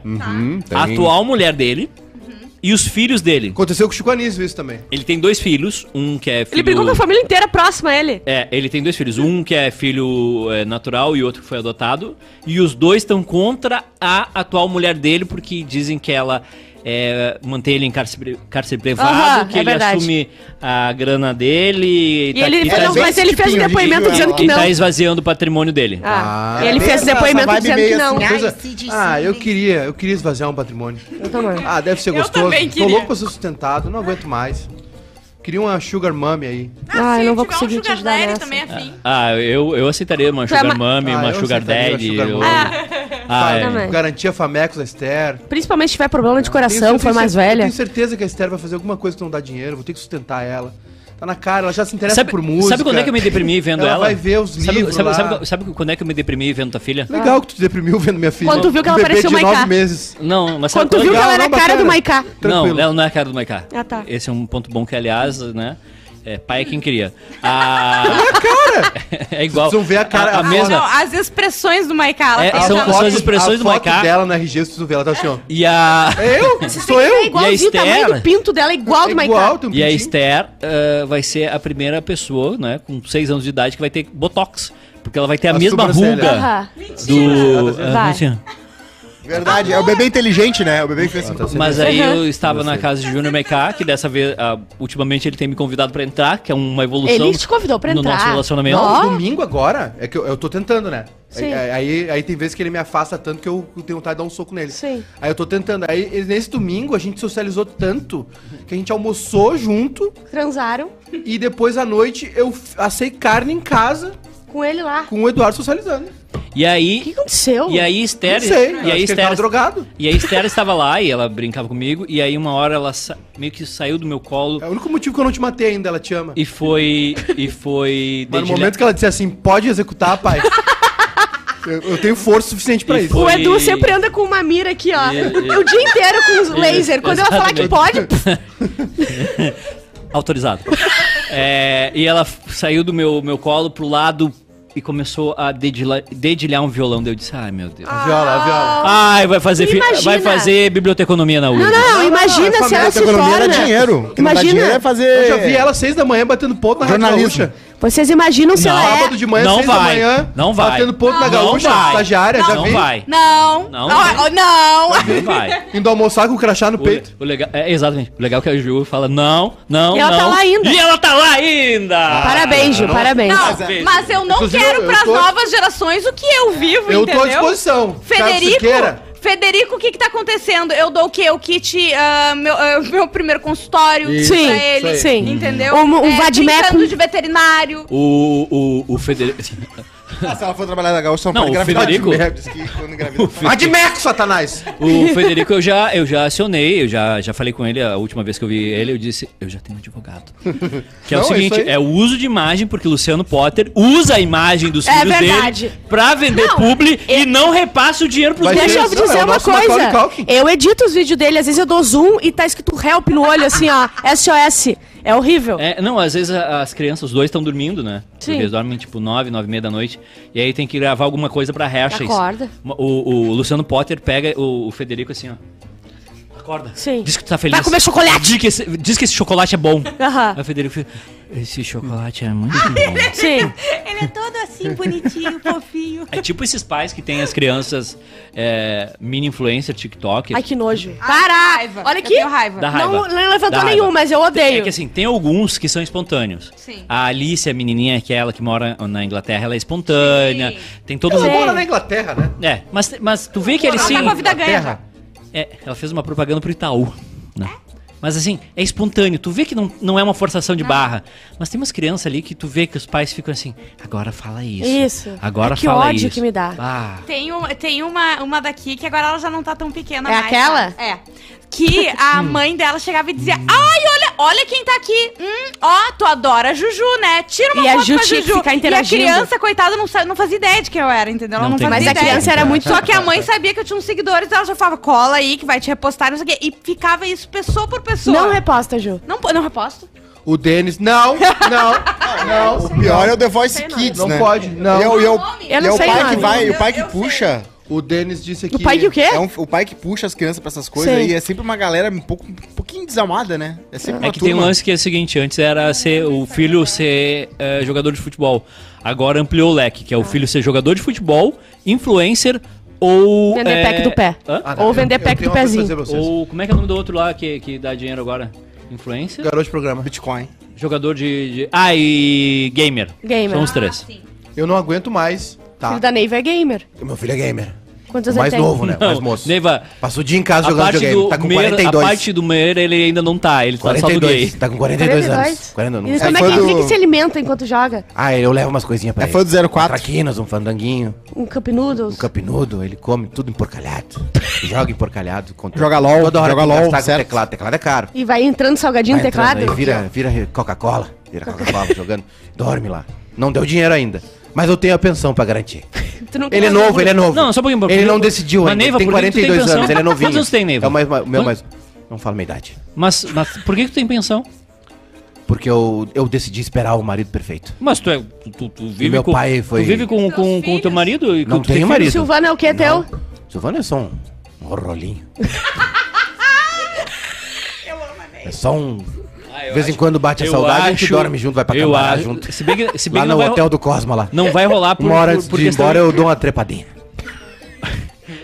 Speaker 4: Tá.
Speaker 3: a atual mulher dele,
Speaker 4: Uhum.
Speaker 3: e os filhos dele.
Speaker 1: Aconteceu com o Chico Anísio isso também.
Speaker 3: Ele tem dois filhos, um que é filho.
Speaker 4: Ele brigou com a família inteira próxima a ele.
Speaker 3: É, ele tem dois filhos, um que é filho é, natural e outro que foi adotado. E os dois estão contra a atual mulher dele, porque dizem que ela é, mantém ele em cárcere, cárcere privado,
Speaker 4: Aham,
Speaker 3: que
Speaker 4: é
Speaker 3: ele
Speaker 4: verdade.
Speaker 3: assume a grana dele.
Speaker 4: E ele,
Speaker 3: e tá,
Speaker 4: não,
Speaker 2: bem
Speaker 4: mas ele fez um
Speaker 2: tipinho de
Speaker 4: depoimento
Speaker 2: quem
Speaker 4: dizendo
Speaker 2: é
Speaker 4: que
Speaker 3: e
Speaker 4: não.
Speaker 3: tá esvaziando o patrimônio dele.
Speaker 4: Ah,
Speaker 1: Ah,
Speaker 4: ele
Speaker 1: é
Speaker 4: fez
Speaker 2: bem essa
Speaker 4: depoimento
Speaker 2: vibe
Speaker 4: dizendo
Speaker 2: meio
Speaker 4: que não.
Speaker 2: assim.
Speaker 1: Coisa-
Speaker 6: Cid,
Speaker 1: Ah, eu
Speaker 6: Cid.
Speaker 1: queria, eu queria esvaziar um patrimônio.
Speaker 4: Eu também.
Speaker 1: Ah, deve ser
Speaker 5: Eu
Speaker 1: gostoso.
Speaker 5: também
Speaker 1: Tô
Speaker 5: queria.
Speaker 1: louco pra ser sustentado, não aguento mais. Queria uma sugar mommy aí.
Speaker 4: Ah, eu não vou conseguir te ajudar nessa.
Speaker 5: também afim.
Speaker 3: Ah, eu, eu aceitaria uma
Speaker 4: Foi
Speaker 3: Sugar
Speaker 4: uma-
Speaker 3: Mummy,
Speaker 1: Ah,
Speaker 3: uma
Speaker 1: eu
Speaker 3: Sugar
Speaker 1: aceitaria uma
Speaker 3: Daddy.
Speaker 1: sugar
Speaker 3: eu-
Speaker 1: mommy.
Speaker 3: Ah, é.
Speaker 4: também.
Speaker 1: Garantia Famecos da Esther.
Speaker 4: Principalmente se tiver problema de
Speaker 1: Tenho
Speaker 4: coração,
Speaker 1: certeza-
Speaker 4: foi mais
Speaker 1: eu
Speaker 4: velha.
Speaker 1: Tenho certeza que a Esther vai fazer alguma coisa que não dá dinheiro, vou ter que sustentar ela. Tá na cara, ela já se interessa
Speaker 3: Sabe,
Speaker 1: por música.
Speaker 3: sabe quando é que eu me deprimi vendo
Speaker 1: Ela
Speaker 3: ela?
Speaker 1: vai ver os
Speaker 3: sabe,
Speaker 1: livros
Speaker 3: Sabe,
Speaker 1: lá.
Speaker 3: sabe- sabe quando é que eu me deprimi vendo tua filha?
Speaker 1: Legal que tu te deprimiu vendo minha filha.
Speaker 4: Quando tu viu que ela
Speaker 1: Um bebê
Speaker 4: parecia
Speaker 1: de
Speaker 4: o
Speaker 1: nove
Speaker 4: Maiká.
Speaker 1: meses.
Speaker 3: Não, mas
Speaker 4: Quando
Speaker 3: sabe é
Speaker 4: tu viu que ela era a
Speaker 1: não,
Speaker 4: cara
Speaker 1: bacana.
Speaker 4: do Maiká.
Speaker 1: Tranquilo.
Speaker 3: Não, ela não é a cara do Maiká.
Speaker 4: Ah, tá.
Speaker 3: Esse é um ponto bom que, aliás, né? É, pai é quem queria. A... cara! é igual.
Speaker 1: Vocês vão ver a cara-
Speaker 3: A,
Speaker 1: a
Speaker 5: Não,
Speaker 3: mesma.
Speaker 5: as expressões do Maiká. ela
Speaker 3: É,
Speaker 5: fez
Speaker 3: são
Speaker 5: ela-
Speaker 3: pessoas- as expressões
Speaker 1: a
Speaker 3: do
Speaker 1: foto
Speaker 3: Maiká.
Speaker 1: dela na RG, se tu vê, ela tá assim, ó.
Speaker 3: E a.
Speaker 1: Eu? Sou eu?
Speaker 4: É igualzinho, o
Speaker 3: E a
Speaker 4: tamanho
Speaker 3: Esther?
Speaker 4: do pinto dela é igual
Speaker 1: É
Speaker 4: do Maiká.
Speaker 1: tem um
Speaker 3: E a
Speaker 1: pintinho.
Speaker 3: Esther eh, vai ser a primeira pessoa, né, com 6 anos de idade, que vai ter botox. Porque ela vai ter a,
Speaker 1: A
Speaker 3: mesma
Speaker 1: sobrancelha.
Speaker 3: ruga
Speaker 4: Aham.
Speaker 3: do.
Speaker 1: Mentira.
Speaker 3: Ah,
Speaker 4: Vai.
Speaker 3: assim, ó.
Speaker 2: Verdade, é o bebê inteligente, né? É o bebê que
Speaker 3: Ah,
Speaker 2: fez assim.
Speaker 3: Mas aí
Speaker 4: Uhum.
Speaker 3: eu estava na casa de Júnior MK, que dessa vez, ah, ultimamente ele tem me convidado pra entrar, que é uma evolução
Speaker 4: Ele te convidou pra
Speaker 3: no
Speaker 4: entrar.
Speaker 3: nosso relacionamento.
Speaker 4: Ó.
Speaker 1: Domingo agora, é que eu, eu tô tentando, né?
Speaker 4: Sim.
Speaker 1: Aí, aí, aí tem vezes que ele me afasta tanto que eu tenho vontade de dar um soco nele.
Speaker 4: Sim.
Speaker 1: Aí eu tô tentando. Aí ele- nesse domingo a gente socializou tanto que a gente almoçou junto
Speaker 4: Transaram
Speaker 1: e depois à noite eu f- assei carne em casa
Speaker 4: com ele lá.
Speaker 1: com o Eduardo socializando.
Speaker 3: E
Speaker 4: O que
Speaker 3: aí,
Speaker 4: aconteceu?
Speaker 3: e aí Esther,
Speaker 1: Não sei, eu acho
Speaker 3: e aí
Speaker 1: que ele tava
Speaker 3: Esther,
Speaker 1: drogado.
Speaker 3: e aí Esther estava lá e ela brincava comigo e aí uma hora ela sa- meio que saiu do meu colo
Speaker 1: É o único motivo que eu não te matei ainda, ela te ama.
Speaker 3: e né? foi e foi
Speaker 1: Mas no
Speaker 3: dedilha-
Speaker 1: momento que ela disse assim, pode executar, pai. eu, eu tenho força suficiente pra
Speaker 3: E
Speaker 1: isso.
Speaker 3: foi-
Speaker 4: O Edu sempre anda com uma mira aqui, ó.
Speaker 3: E-
Speaker 4: O dia inteiro com os laser. Quando ela falar que pode,
Speaker 3: Exatamente. autorizado. É, e ela f- saiu do meu meu colo pro lado e começou a dedila- dedilhar um violão. Daí eu disse: "Ai, meu Deus.
Speaker 1: A viola, a viola.
Speaker 3: Ai, vai fazer fi-
Speaker 4: Imagina.
Speaker 3: vai fazer biblioteconomia na URGS.
Speaker 4: Não, imagina
Speaker 1: não, é
Speaker 4: se
Speaker 1: família,
Speaker 4: ela se
Speaker 2: economia era
Speaker 4: torna.
Speaker 2: dinheiro. O que não dá
Speaker 4: Imagina.
Speaker 2: dinheiro é fazer.
Speaker 1: Eu já vi ela às seis da manhã batendo ponto na Rádio
Speaker 2: Jornalismo.
Speaker 1: Gaúcha.
Speaker 4: Vocês imaginam se ela
Speaker 1: Sábado
Speaker 4: é.
Speaker 1: de manhã,
Speaker 3: Não
Speaker 1: seis da
Speaker 3: vai,
Speaker 1: manhã.
Speaker 3: não vai.
Speaker 1: Batendo ponto na
Speaker 3: Não
Speaker 1: Gaúcha,
Speaker 3: vai.
Speaker 1: estagiária, já
Speaker 3: Não
Speaker 1: vi.
Speaker 3: vai.
Speaker 5: É. Não.
Speaker 3: Não.
Speaker 5: Não. Não.
Speaker 3: Não vai.
Speaker 1: Indo almoçar com o crachá no
Speaker 3: O,
Speaker 1: peito.
Speaker 3: le- o legal, é, exatamente. O legal é que a Ju fala: não, não,
Speaker 4: E ela
Speaker 3: não.
Speaker 4: tá lá ainda.
Speaker 3: E ela tá lá ainda! Ah,
Speaker 4: Parabéns, Ju, parabéns.
Speaker 5: Não, mas eu não
Speaker 1: Inclusive,
Speaker 5: quero
Speaker 1: eu- eu
Speaker 5: pras
Speaker 1: tô-
Speaker 5: novas gerações o que eu vivo,
Speaker 1: Eu
Speaker 5: entendeu?
Speaker 1: tô à disposição. Carlos
Speaker 5: Federico,
Speaker 1: Siqueira.
Speaker 5: Federico, o que que tá acontecendo? Eu dou o quê? O kit, ah, meu, ah, meu primeiro consultório
Speaker 1: Isso,
Speaker 5: pra
Speaker 4: Sim,
Speaker 5: ele,
Speaker 4: isso aí.
Speaker 5: entendeu? É,
Speaker 4: Um- um vadimeco.
Speaker 5: brincando de veterinário.
Speaker 3: O, o, o Federico. assim,
Speaker 2: Ah, se ela for trabalhar na Gaúcha,
Speaker 3: Não,
Speaker 2: pode
Speaker 3: o
Speaker 2: engravidar.
Speaker 3: Federico-
Speaker 2: Ela Diz que quando engravida.
Speaker 1: Vai de meco, Satanás!
Speaker 3: O Federico eu já, eu já acionei, eu já, já falei com ele a última vez que eu vi ele, eu disse, eu já tenho um advogado. Que é o
Speaker 1: Não, é
Speaker 3: seguinte,
Speaker 1: isso aí.
Speaker 3: é o uso de imagem, porque Luciano Potter usa a imagem dos
Speaker 4: É
Speaker 3: filhos
Speaker 4: verdade. é-
Speaker 3: dele pra vender publi e não repassa o dinheiro pros
Speaker 1: Vai
Speaker 3: filhos.
Speaker 4: Deixa eu
Speaker 1: ser- não,
Speaker 4: dizer
Speaker 1: é o
Speaker 4: uma
Speaker 1: nosso Macaulay
Speaker 4: coisa.
Speaker 1: Culkin.
Speaker 4: Eu edito os vídeos dele, às vezes eu dou zoom e tá escrito help no olho, assim, ó. SOS. É horrível.
Speaker 3: É, não, às vezes a- as crianças, os dois estão dormindo, né?
Speaker 4: Sim.
Speaker 3: Eles dormem tipo 9, 9 e meia da noite. E aí tem que gravar alguma coisa pra Hashes.
Speaker 4: Acorda.
Speaker 3: O, o Luciano Potter pega o, o Federico assim, ó. Acorda.
Speaker 4: Sim.
Speaker 3: Diz que tu tá feliz.
Speaker 4: Vai comer chocolate.
Speaker 3: Diz que esse, diz que esse chocolate é bom.
Speaker 4: Aham.
Speaker 3: Aí o Federico fica, esse chocolate é muito bom.
Speaker 4: Sim.
Speaker 5: Ele é todo assim, bonitinho, fofinho.
Speaker 3: É tipo esses pais que têm as crianças é, mini influencer, TikTok.
Speaker 4: Ai, que nojo.
Speaker 5: Raiva.
Speaker 4: Olha
Speaker 5: Eu
Speaker 4: aqui.
Speaker 5: tenho raiva.
Speaker 3: Dá
Speaker 4: Não,
Speaker 3: raiva.
Speaker 4: não
Speaker 3: Dá
Speaker 4: levantou
Speaker 3: raiva.
Speaker 4: nenhum, mas eu
Speaker 3: É
Speaker 4: odeio.
Speaker 3: que assim, tem alguns que são espontâneos.
Speaker 5: Sim.
Speaker 3: A Alice, a menininha, que é ela que mora na Inglaterra, ela é espontânea.
Speaker 5: Sim.
Speaker 3: Tem todo
Speaker 4: é
Speaker 1: Ela
Speaker 3: mundo.
Speaker 1: mora na Inglaterra, né?
Speaker 3: É, mas, mas tu vê que ele
Speaker 5: Ela
Speaker 3: sim.
Speaker 5: tá com a vida ganha já.
Speaker 3: É, ela fez uma propaganda pro Itaú. Né? Mas assim, é espontâneo. Tu vê que não, não é uma forçação
Speaker 4: Ah.
Speaker 3: de barra. Mas tem umas crianças ali que tu vê que os pais ficam assim, agora fala isso.
Speaker 4: Isso.
Speaker 3: Agora
Speaker 4: É que
Speaker 3: fala
Speaker 4: ódio
Speaker 3: isso.
Speaker 4: que me dá.
Speaker 3: Ah.
Speaker 5: Tem, um, tem uma, uma daqui que agora ela já não tá tão pequena
Speaker 4: É
Speaker 5: mais.
Speaker 4: aquela?
Speaker 5: sabe? É. Que a mãe dela chegava e dizia: Ai, olha, olha quem tá aqui. Hum, ó, tu adora a Juju, né? Tira uma
Speaker 4: E a
Speaker 5: foto
Speaker 4: Ju
Speaker 5: com a
Speaker 4: tinha que
Speaker 5: Juju.
Speaker 4: ficar
Speaker 5: e a
Speaker 4: interagindo.
Speaker 5: criança, coitada, não, sa- não fazia ideia de quem eu era, entendeu? Ela
Speaker 3: Não
Speaker 5: não,
Speaker 3: tem
Speaker 5: fazia
Speaker 4: Mas a
Speaker 5: ideia.
Speaker 4: criança era muito.
Speaker 5: Só que a mãe sabia que eu tinha uns seguidores, ela já falava, cola aí que vai te repostar, não sei o quê. E ficava isso pessoa por pessoa.
Speaker 4: Não reposta, Ju.
Speaker 5: Não, po- não reposto.
Speaker 1: O Denis, não, não, não.
Speaker 2: O pior é o The Voice
Speaker 4: não.
Speaker 2: Kids,
Speaker 1: Não
Speaker 2: né?
Speaker 1: pode, não.
Speaker 2: E é o- e é o-
Speaker 4: Eu
Speaker 2: e é
Speaker 4: não
Speaker 2: o
Speaker 4: sei
Speaker 2: pai
Speaker 4: nada.
Speaker 2: que vai, o pai que
Speaker 5: Eu- eu
Speaker 2: puxa.
Speaker 1: O Denis disse que.
Speaker 4: O pai que o quê?
Speaker 2: É um- o pai que puxa as crianças pra essas coisas
Speaker 4: Sei.
Speaker 2: e é sempre uma galera um, pouco, um pouquinho desalmada, né? É sempre uma
Speaker 3: É que tem um
Speaker 2: turma.
Speaker 3: lance que é o seguinte, antes era ser o filho ser eh, jogador de futebol. Agora ampliou o leque, que é o
Speaker 4: Ah.
Speaker 3: filho ser jogador de futebol, influencer ou.
Speaker 4: Vender
Speaker 3: eh,
Speaker 4: pack do pé.
Speaker 3: hã?
Speaker 1: Ah,
Speaker 4: Ou vender pack
Speaker 1: tenho uma coisa
Speaker 4: do
Speaker 1: pra
Speaker 4: pezinho.
Speaker 1: dizer pra vocês.
Speaker 3: Ou como é que é o nome do outro lá que, que dá dinheiro agora? Influencer?
Speaker 1: Garoto de programa.
Speaker 2: Bitcoin.
Speaker 3: Jogador de. de- Ah, e gamer.
Speaker 4: Gamer. Ah,
Speaker 3: São os três.
Speaker 1: Eu não aguento mais,
Speaker 4: O
Speaker 1: tá?
Speaker 4: filho da Neiva é gamer.
Speaker 1: Meu filho é gamer.
Speaker 4: Quantos
Speaker 1: mais
Speaker 4: ele tem?
Speaker 1: novo, né? mais
Speaker 3: Não,
Speaker 1: moço.
Speaker 3: Neiva,
Speaker 1: Passa o dia em casa
Speaker 3: a
Speaker 1: jogando
Speaker 3: parte,
Speaker 1: videogame.
Speaker 3: do
Speaker 1: Tá com
Speaker 3: Mer- a
Speaker 1: 42.
Speaker 3: parte do Mer ele ainda não tá, ele tá só no gay.
Speaker 1: 42. Tá com 42, anos. 42.
Speaker 4: E
Speaker 1: não.
Speaker 4: como é
Speaker 2: foi
Speaker 4: que ele
Speaker 2: do-
Speaker 4: que se alimenta enquanto joga?
Speaker 1: Ah, eu levo umas coisinhas pra
Speaker 2: É
Speaker 1: ele.
Speaker 2: fã do 04.
Speaker 1: Traquinas, um fandanguinho,
Speaker 4: Um cup noodles?
Speaker 1: um capinudo, ele come tudo emporcalhado. joga emporcalhado. contra-
Speaker 2: Joga LOL,
Speaker 1: Toda hora
Speaker 2: joga
Speaker 1: tem que
Speaker 2: LOL,
Speaker 1: gastar com
Speaker 2: certo.
Speaker 1: teclado, teclado é caro.
Speaker 4: E vai entrando salgadinho
Speaker 1: Vai
Speaker 4: no
Speaker 1: entrando
Speaker 4: um teclado?
Speaker 1: aí, vira, vira Coca-Cola. Vira Coca-Cola jogando. Dorme lá. Não deu dinheiro ainda. Mas eu tenho a pensão pra garantir.
Speaker 4: Tu não
Speaker 1: Ele é
Speaker 4: quer
Speaker 1: novo,
Speaker 4: bagulho.
Speaker 1: ele é novo.
Speaker 3: Não, só um pouquinho,
Speaker 1: Ele
Speaker 3: por-
Speaker 1: não decidiu
Speaker 3: Mas,
Speaker 1: ainda.
Speaker 3: Neiva,
Speaker 1: ele tem
Speaker 3: por que tu tem
Speaker 1: 42
Speaker 3: pensão?
Speaker 1: anos, ele é novinho.
Speaker 3: Quantos anos tem, Neiva?
Speaker 1: É o mais, meu
Speaker 3: Quantos-
Speaker 1: mais... Não fala minha idade.
Speaker 3: Mas, mas por que, que tu tem pensão?
Speaker 1: Porque eu, eu decidi esperar o marido perfeito.
Speaker 3: Mas tu é. Tu, tu- tu vive
Speaker 1: meu
Speaker 3: com,
Speaker 1: pai foi-
Speaker 3: Tu vive com, com, com o teu marido? E com
Speaker 1: Não
Speaker 3: tu tem
Speaker 1: tenho
Speaker 3: filho?
Speaker 1: marido.
Speaker 4: Silvano é o que teu?
Speaker 1: Silvano é só um, um rolinho. É só um. De vez em quando bate a
Speaker 3: Ah, Eu
Speaker 1: saudade, a gente
Speaker 3: acho-
Speaker 1: dorme junto, vai pra
Speaker 3: eu
Speaker 1: Camará
Speaker 3: acho-
Speaker 1: junto.
Speaker 3: Se bem que, se bem
Speaker 1: Lá
Speaker 3: que
Speaker 1: no
Speaker 3: não, vai,
Speaker 1: hotel do Cosma lá.
Speaker 3: não vai rolar Ah, por,
Speaker 1: Uma hora
Speaker 3: por,
Speaker 1: antes
Speaker 3: por
Speaker 1: de ir
Speaker 3: questão-
Speaker 1: embora eu dou uma trepadinha.